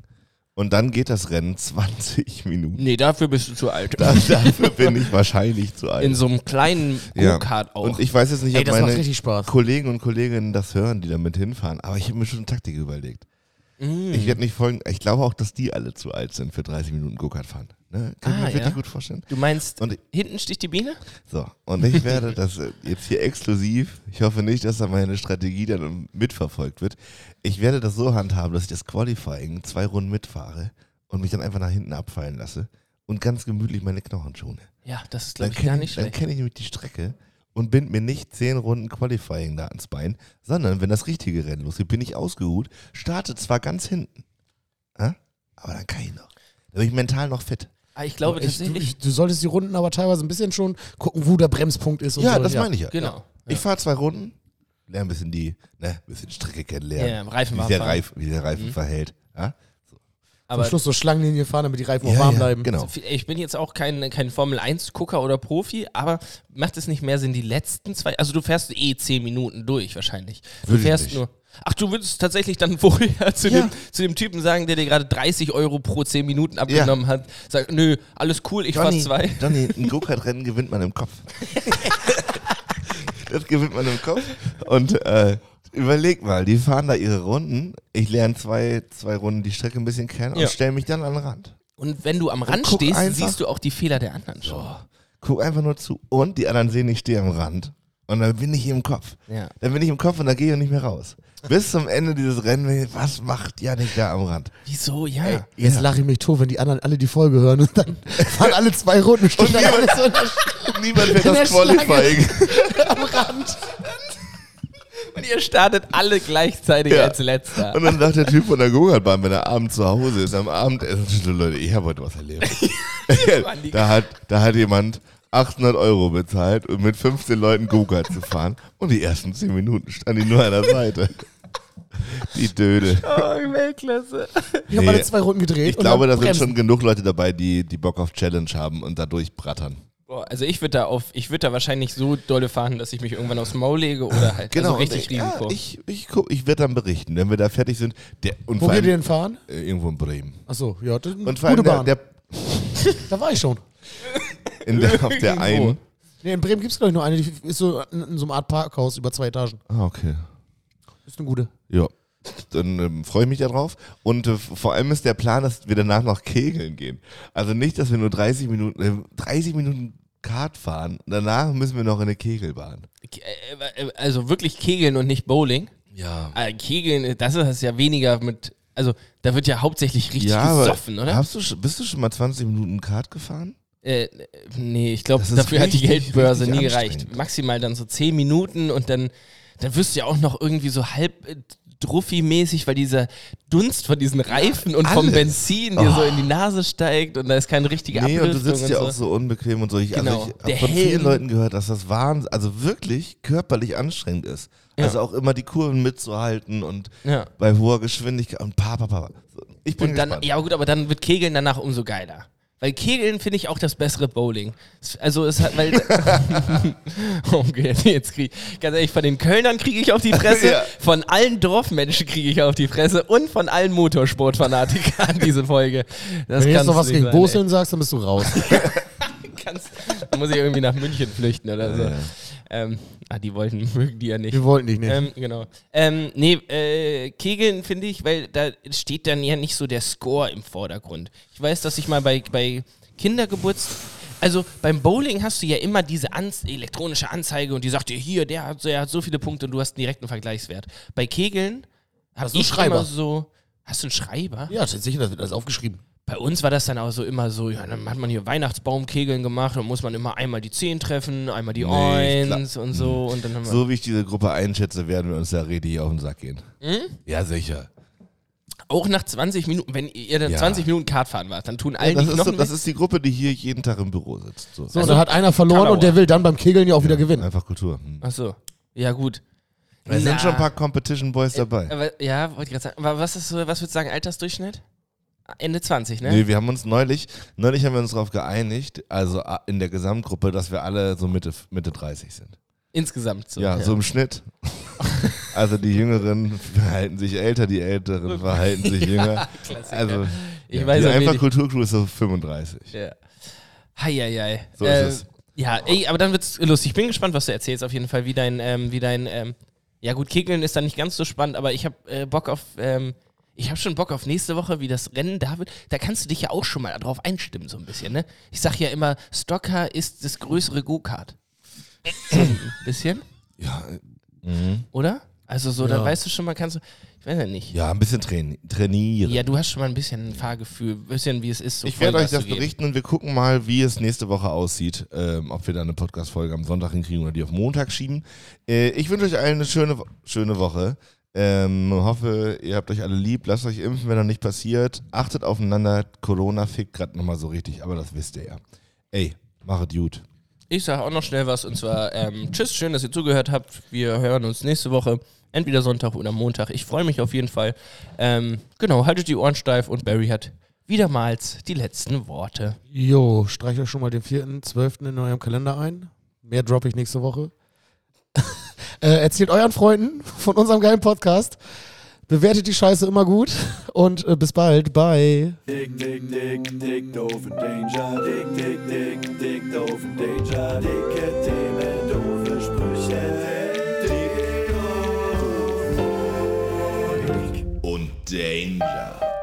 C: und dann geht das Rennen 20 Minuten.
D: Nee, dafür bist du zu alt.
C: Da, dafür bin ich wahrscheinlich zu alt.
D: In so einem kleinen
C: Ja.
D: Go-Kart auch.
C: Und ich weiß jetzt nicht,
A: Ey,
C: ob
A: das macht
C: meine
A: richtig Spaß.
C: Kollegen und Kolleginnen das hören, die damit hinfahren, aber ich habe mir schon eine Taktik überlegt.
D: Mm.
C: Ich werde nicht folgen. Ich glaube auch, dass die alle zu alt sind für 30 Minuten Go-Kart fahren. Ne? Kann
D: Ah,
C: ich mir wirklich
D: ja.
C: gut vorstellen.
D: du meinst,
C: Und ich-
D: hinten sticht die Biene?
C: So, und ich werde das äh, jetzt hier exklusiv. Ich hoffe nicht, dass da meine Strategie dann mitverfolgt wird. Ich werde das so handhaben, dass ich das Qualifying zwei Runden mitfahre und mich dann einfach nach hinten abfallen lasse und ganz gemütlich meine Knochen schone.
D: Ja, das ist,
C: Dann
D: glaube ich, gar
C: kenne
D: nicht
C: ich, dann
D: schlecht.
C: kenn ich nämlich die Strecke und bind mir nicht zehn Runden Qualifying da ans Bein, sondern wenn das richtige Rennen losgeht, bin ich ausgeruht, starte zwar ganz hinten, ja? aber dann kann ich noch. Da bin ich mental noch fit.
D: Ah, ich glaube
A: Ich, du,
D: tatsächlich.
A: ich, du solltest die Runden aber teilweise ein bisschen schon gucken, wo der Bremspunkt ist. Und
C: Ja,
A: so.
C: das meine ich ja.
D: Genau.
C: Ich fahre zwei Runden, lerne ein bisschen die, ne, ein bisschen Strecke
D: Ja,
C: kennenlernen.
D: Reifen
C: wie, der
D: abfahren.
C: Reif, wie der
D: Mhm.
C: Reifen verhält. Ja?
A: Am
D: aber
A: Schluss so Schlangenlinie fahren, damit die Reifen auch warm bleiben.
C: Genau.
D: ich bin jetzt auch kein, kein Formel-1-Gucker oder Profi, aber macht es nicht mehr Sinn, die letzten zwei. Also, du fährst eh zehn Minuten durch, wahrscheinlich. Du
C: Würde ich
D: fährst
C: nicht.
D: nur. Ach, du würdest tatsächlich dann vorher zu,
C: Ja.
D: dem, zu dem Typen sagen, der dir gerade 30 Euro pro 10 Minuten abgenommen hat, sagt, nö, alles cool, ich fahr zwei.
C: Johnny, ein Go-Kart-Rennen gewinnt man im Kopf. Das gewinnt man im Kopf. Und äh, überleg mal, die fahren da ihre Runden. Ich lerne zwei, zwei Runden die Strecke ein bisschen kennen
D: Ja.
C: und stelle mich dann an den Rand.
D: Und wenn du am Rand
C: guck
D: stehst,
C: einfach.
D: siehst du auch die Fehler der anderen schon.
C: Guck einfach nur zu. Und die anderen sehen, ich stehe am Rand. Und dann bin ich im Kopf.
D: Ja.
C: Dann bin ich im Kopf und dann gehe ich nicht mehr raus. Bis zum Ende dieses Rennen, was macht Janik da am Rand?
D: Wieso? Ja.
C: Ey,
A: Jetzt
C: ja.
A: lache ich mich tot, wenn die anderen alle die Folge hören und dann fahren alle zwei Runden stehen dann alle so
C: Niemand fährt
A: In
C: das
A: der Schlange.
C: Qualifying.
A: am Rand.
D: Und ihr startet alle gleichzeitig
C: Ja.
D: als Letzter.
C: Und dann sagt der Typ von der Gogartbahn, wenn er abends zu Hause ist, am Abendessen, so, Leute, ich habe heute was erlebt.
D: waren die-
C: da, hat, da hat jemand 800 Euro bezahlt, um mit 15 Leuten Gogart zu fahren. Und die ersten 10 Minuten stand die nur an der Seite. Die Döde.
D: Oh, Weltklasse.
A: Ich habe
C: Nee.
A: alle zwei Runden gedreht.
C: Ich glaube, da
A: das
C: sind schon genug Leute dabei, die, die Bock auf Challenge haben und dadurch brattern.
D: Boah, also ich würde da auf, ich würde da wahrscheinlich so dolle fahren, dass ich mich irgendwann aufs Maul lege oder halt also
C: Genau, und
D: richtig
C: ich, ja,
D: Risiko.
C: ich, ich, guck- ich werde dann berichten, wenn wir da fertig sind. Der, und
A: Wo
C: vor
A: geht
C: allem,
A: ihr denn fahren?
C: äh, irgendwo in Bremen.
A: Achso, ja, das ist eine
C: Und vor allem
A: gute Bahn.
C: Der,
A: da war ich schon.
C: der, in der, auf der
D: Irgendwo.
C: einen.
A: Nee, in Bremen gibt es, glaube ich, nur eine, die ist so in, in so einer Art Parkhaus über zwei Etagen.
C: Ah, okay.
A: Ist eine gute.
C: Ja. Dann ähm, freue ich mich darauf. Und äh, vor allem ist der Plan, dass wir danach noch kegeln gehen. Also nicht, dass wir nur 30 Minuten, äh, 30 Minuten Kart fahren. Danach müssen wir noch in eine Kegelbahn.
D: Äh, äh, Also wirklich Kegeln und nicht Bowling.
C: Ja.
D: Äh, Kegeln, das ist ja weniger mit, also da wird ja hauptsächlich richtig
C: Ja, aber
D: gesoffen, oder?
C: Hast du, sch- bist du schon mal 20 Minuten Kart gefahren?
D: Äh, nee, ich glaube,
C: Das ist
D: dafür hat die
C: richtig,
D: Geldbörse
C: richtig
D: nie gereicht.
C: anstrengend.
D: Maximal dann so 10 Minuten und dann, dann wirst du ja auch noch irgendwie so halb äh, druffi-mäßig, weil dieser Dunst von diesen Reifen und vom
C: alles. Oh.
D: Benzin dir so in die Nase steigt und da ist keine richtige
C: Nee, und du
D: Ablüftung
C: sitzt ja
D: so.
C: auch so unbequem und so. Ich,
D: Genau.
C: also ich
D: Der
C: habe von vielen
D: Helm.
C: Leuten gehört, dass das Wahnsinn, also wirklich körperlich anstrengend ist.
D: Ja.
C: Also auch immer die Kurven mitzuhalten und
D: Ja.
C: bei hoher Geschwindigkeit und pa, pa, pa. pa. Ich bin
D: Und dann,
C: gespannt.
D: ja gut, aber dann wird Kegeln danach umso geiler. Weil Kegeln finde ich auch das bessere Bowling. Es- Also es hat, weil. Oh, okay, jetzt krieg Ganz ehrlich, von den Kölnern kriege ich auf die Fresse,
C: Ja.
D: von allen Dorfmenschen kriege ich auf die Fresse und von allen Motorsportfanatikern diese Folge. Das
A: Wenn du jetzt
D: kann's
A: noch was
D: nicht
A: gegen
D: sein, ey.
A: Boseln sagst, dann bist du raus.
D: Kannst- Dann muss ich irgendwie nach München flüchten oder so.
C: Ja, ja.
D: Ähm, ah, die wollten, mögen die ja nicht.
A: Wir wollten dich nicht.
D: Ähm, genau. Ähm, nee, äh, Kegeln finde ich, weil da steht dann ja nicht so der Score im Vordergrund. Ich weiß, dass ich mal bei, bei Kindergeburts. Also beim Bowling hast du ja immer diese Anz elektronische Anzeige und die sagt dir, hier, der hat, so- der hat so viele Punkte und du hast einen direkten Vergleichswert. Bei Kegeln hast
A: du einen Schreiber?
D: immer so. Hast du einen Schreiber?
A: ja, das ist sicher, das wird alles aufgeschrieben.
D: Bei uns war das dann auch so immer so, ja, dann hat man hier Weihnachtsbaumkegeln gemacht und muss man immer einmal die 10 treffen, einmal die
C: Nee, klar.
D: 1 und so und dann haben wir
C: So wie ich diese Gruppe einschätze, werden wir uns da richtig auf den Sack gehen.
D: Hm?
C: Ja, sicher.
D: Auch nach 20 Minuten, wenn ihr dann
C: Ja.
D: 20 Minuten Kart fahren wart, dann tun allen
C: das,
D: die
C: ist, so-
D: Knochen
C: das
D: weh.
C: ist die Gruppe, die hier jeden Tag im Büro sitzt. So.
A: So, und dann hat einer verloren
D: Karlauer.
A: und der will dann beim Kegeln ja auch wieder gewinnen.
C: Einfach Kultur. Hm.
D: Ach so. Ja, gut.
C: Da
D: Na.
C: sind schon ein paar Competition
D: Äh,
C: Boys dabei.
D: Aber, ja, wollte ich gerade sagen. Aber was, ist, so- was würdest du sagen, Altersdurchschnitt? Ende 20, ne?
C: Nee, wir haben uns neulich, neulich haben wir uns darauf geeinigt, also a- in der Gesamtgruppe, dass wir alle so Mitte, Mitte 30 sind.
D: Insgesamt so.
C: ja, so im Schnitt. also die Jüngeren verhalten sich älter, die Älteren verhalten sich jünger.
D: Klassiker.
C: Also
D: ich
C: ja,
D: weiß
C: die
D: auch
C: einfach
D: nicht.
C: Kulturcrew ist so 35.
D: Ja. Heieiei.
C: So
D: Äh,
C: ist es.
D: Ja, ey, aber dann wird's lustig. Ich bin gespannt, was du erzählst auf jeden Fall, wie dein, ähm, wie dein, ähm, ja gut, Kegeln ist dann nicht ganz so spannend, aber ich habe äh, Bock auf, ähm, ich habe schon Bock auf nächste Woche, wie das Rennen da wird. Da kannst du dich ja auch schon mal drauf einstimmen, so ein bisschen, ne? Ich sag ja immer, Stocker ist das größere Go-Kart. bisschen,
C: Ja, mhm.
D: oder? Also so, dann
A: Ja.
D: weißt du schon mal, kannst du, ich weiß ja nicht.
C: ja ein bisschen traini trainieren.
D: Ja, du hast schon mal ein bisschen ein Fahrgefühl, ein bisschen, wie es ist. So
C: ich werde euch
D: Vollgas
C: das
D: zu geben.
C: berichten und wir gucken mal, wie es nächste Woche aussieht, ähm, ob wir da eine Podcast-Folge am Sonntag hinkriegen oder die auf Montag schieben. Äh, ich wünsche euch allen eine schöne, Wo- schöne Woche. Ähm, hoffe, ihr habt euch alle lieb. Lasst euch impfen, wenn noch nicht passiert. Achtet aufeinander. Corona fickt gerade nochmal so richtig, aber das wisst ihr ja. Ey, machet gut.
D: Ich sage auch noch schnell was und zwar ähm, Tschüss, schön, dass ihr zugehört habt. Wir hören uns nächste Woche, entweder Sonntag oder Montag. Ich freue mich auf jeden Fall. Ähm, genau, haltet die Ohren steif und Barry hat wiedermals die letzten Worte.
A: Jo, streicht euch schon mal den 4.12. in eurem Kalender ein. Mehr droppe ich nächste Woche. äh, erzählt euren Freunden von unserem geilen Podcast. Bewertet die Scheiße immer gut und äh, bis bald. Bye.
B: Dick, dick, dick, dick, doof und danger. Dick, dick, dick, dick, doof und danger. Dicke Themen, doofe Sprüche. und Danger.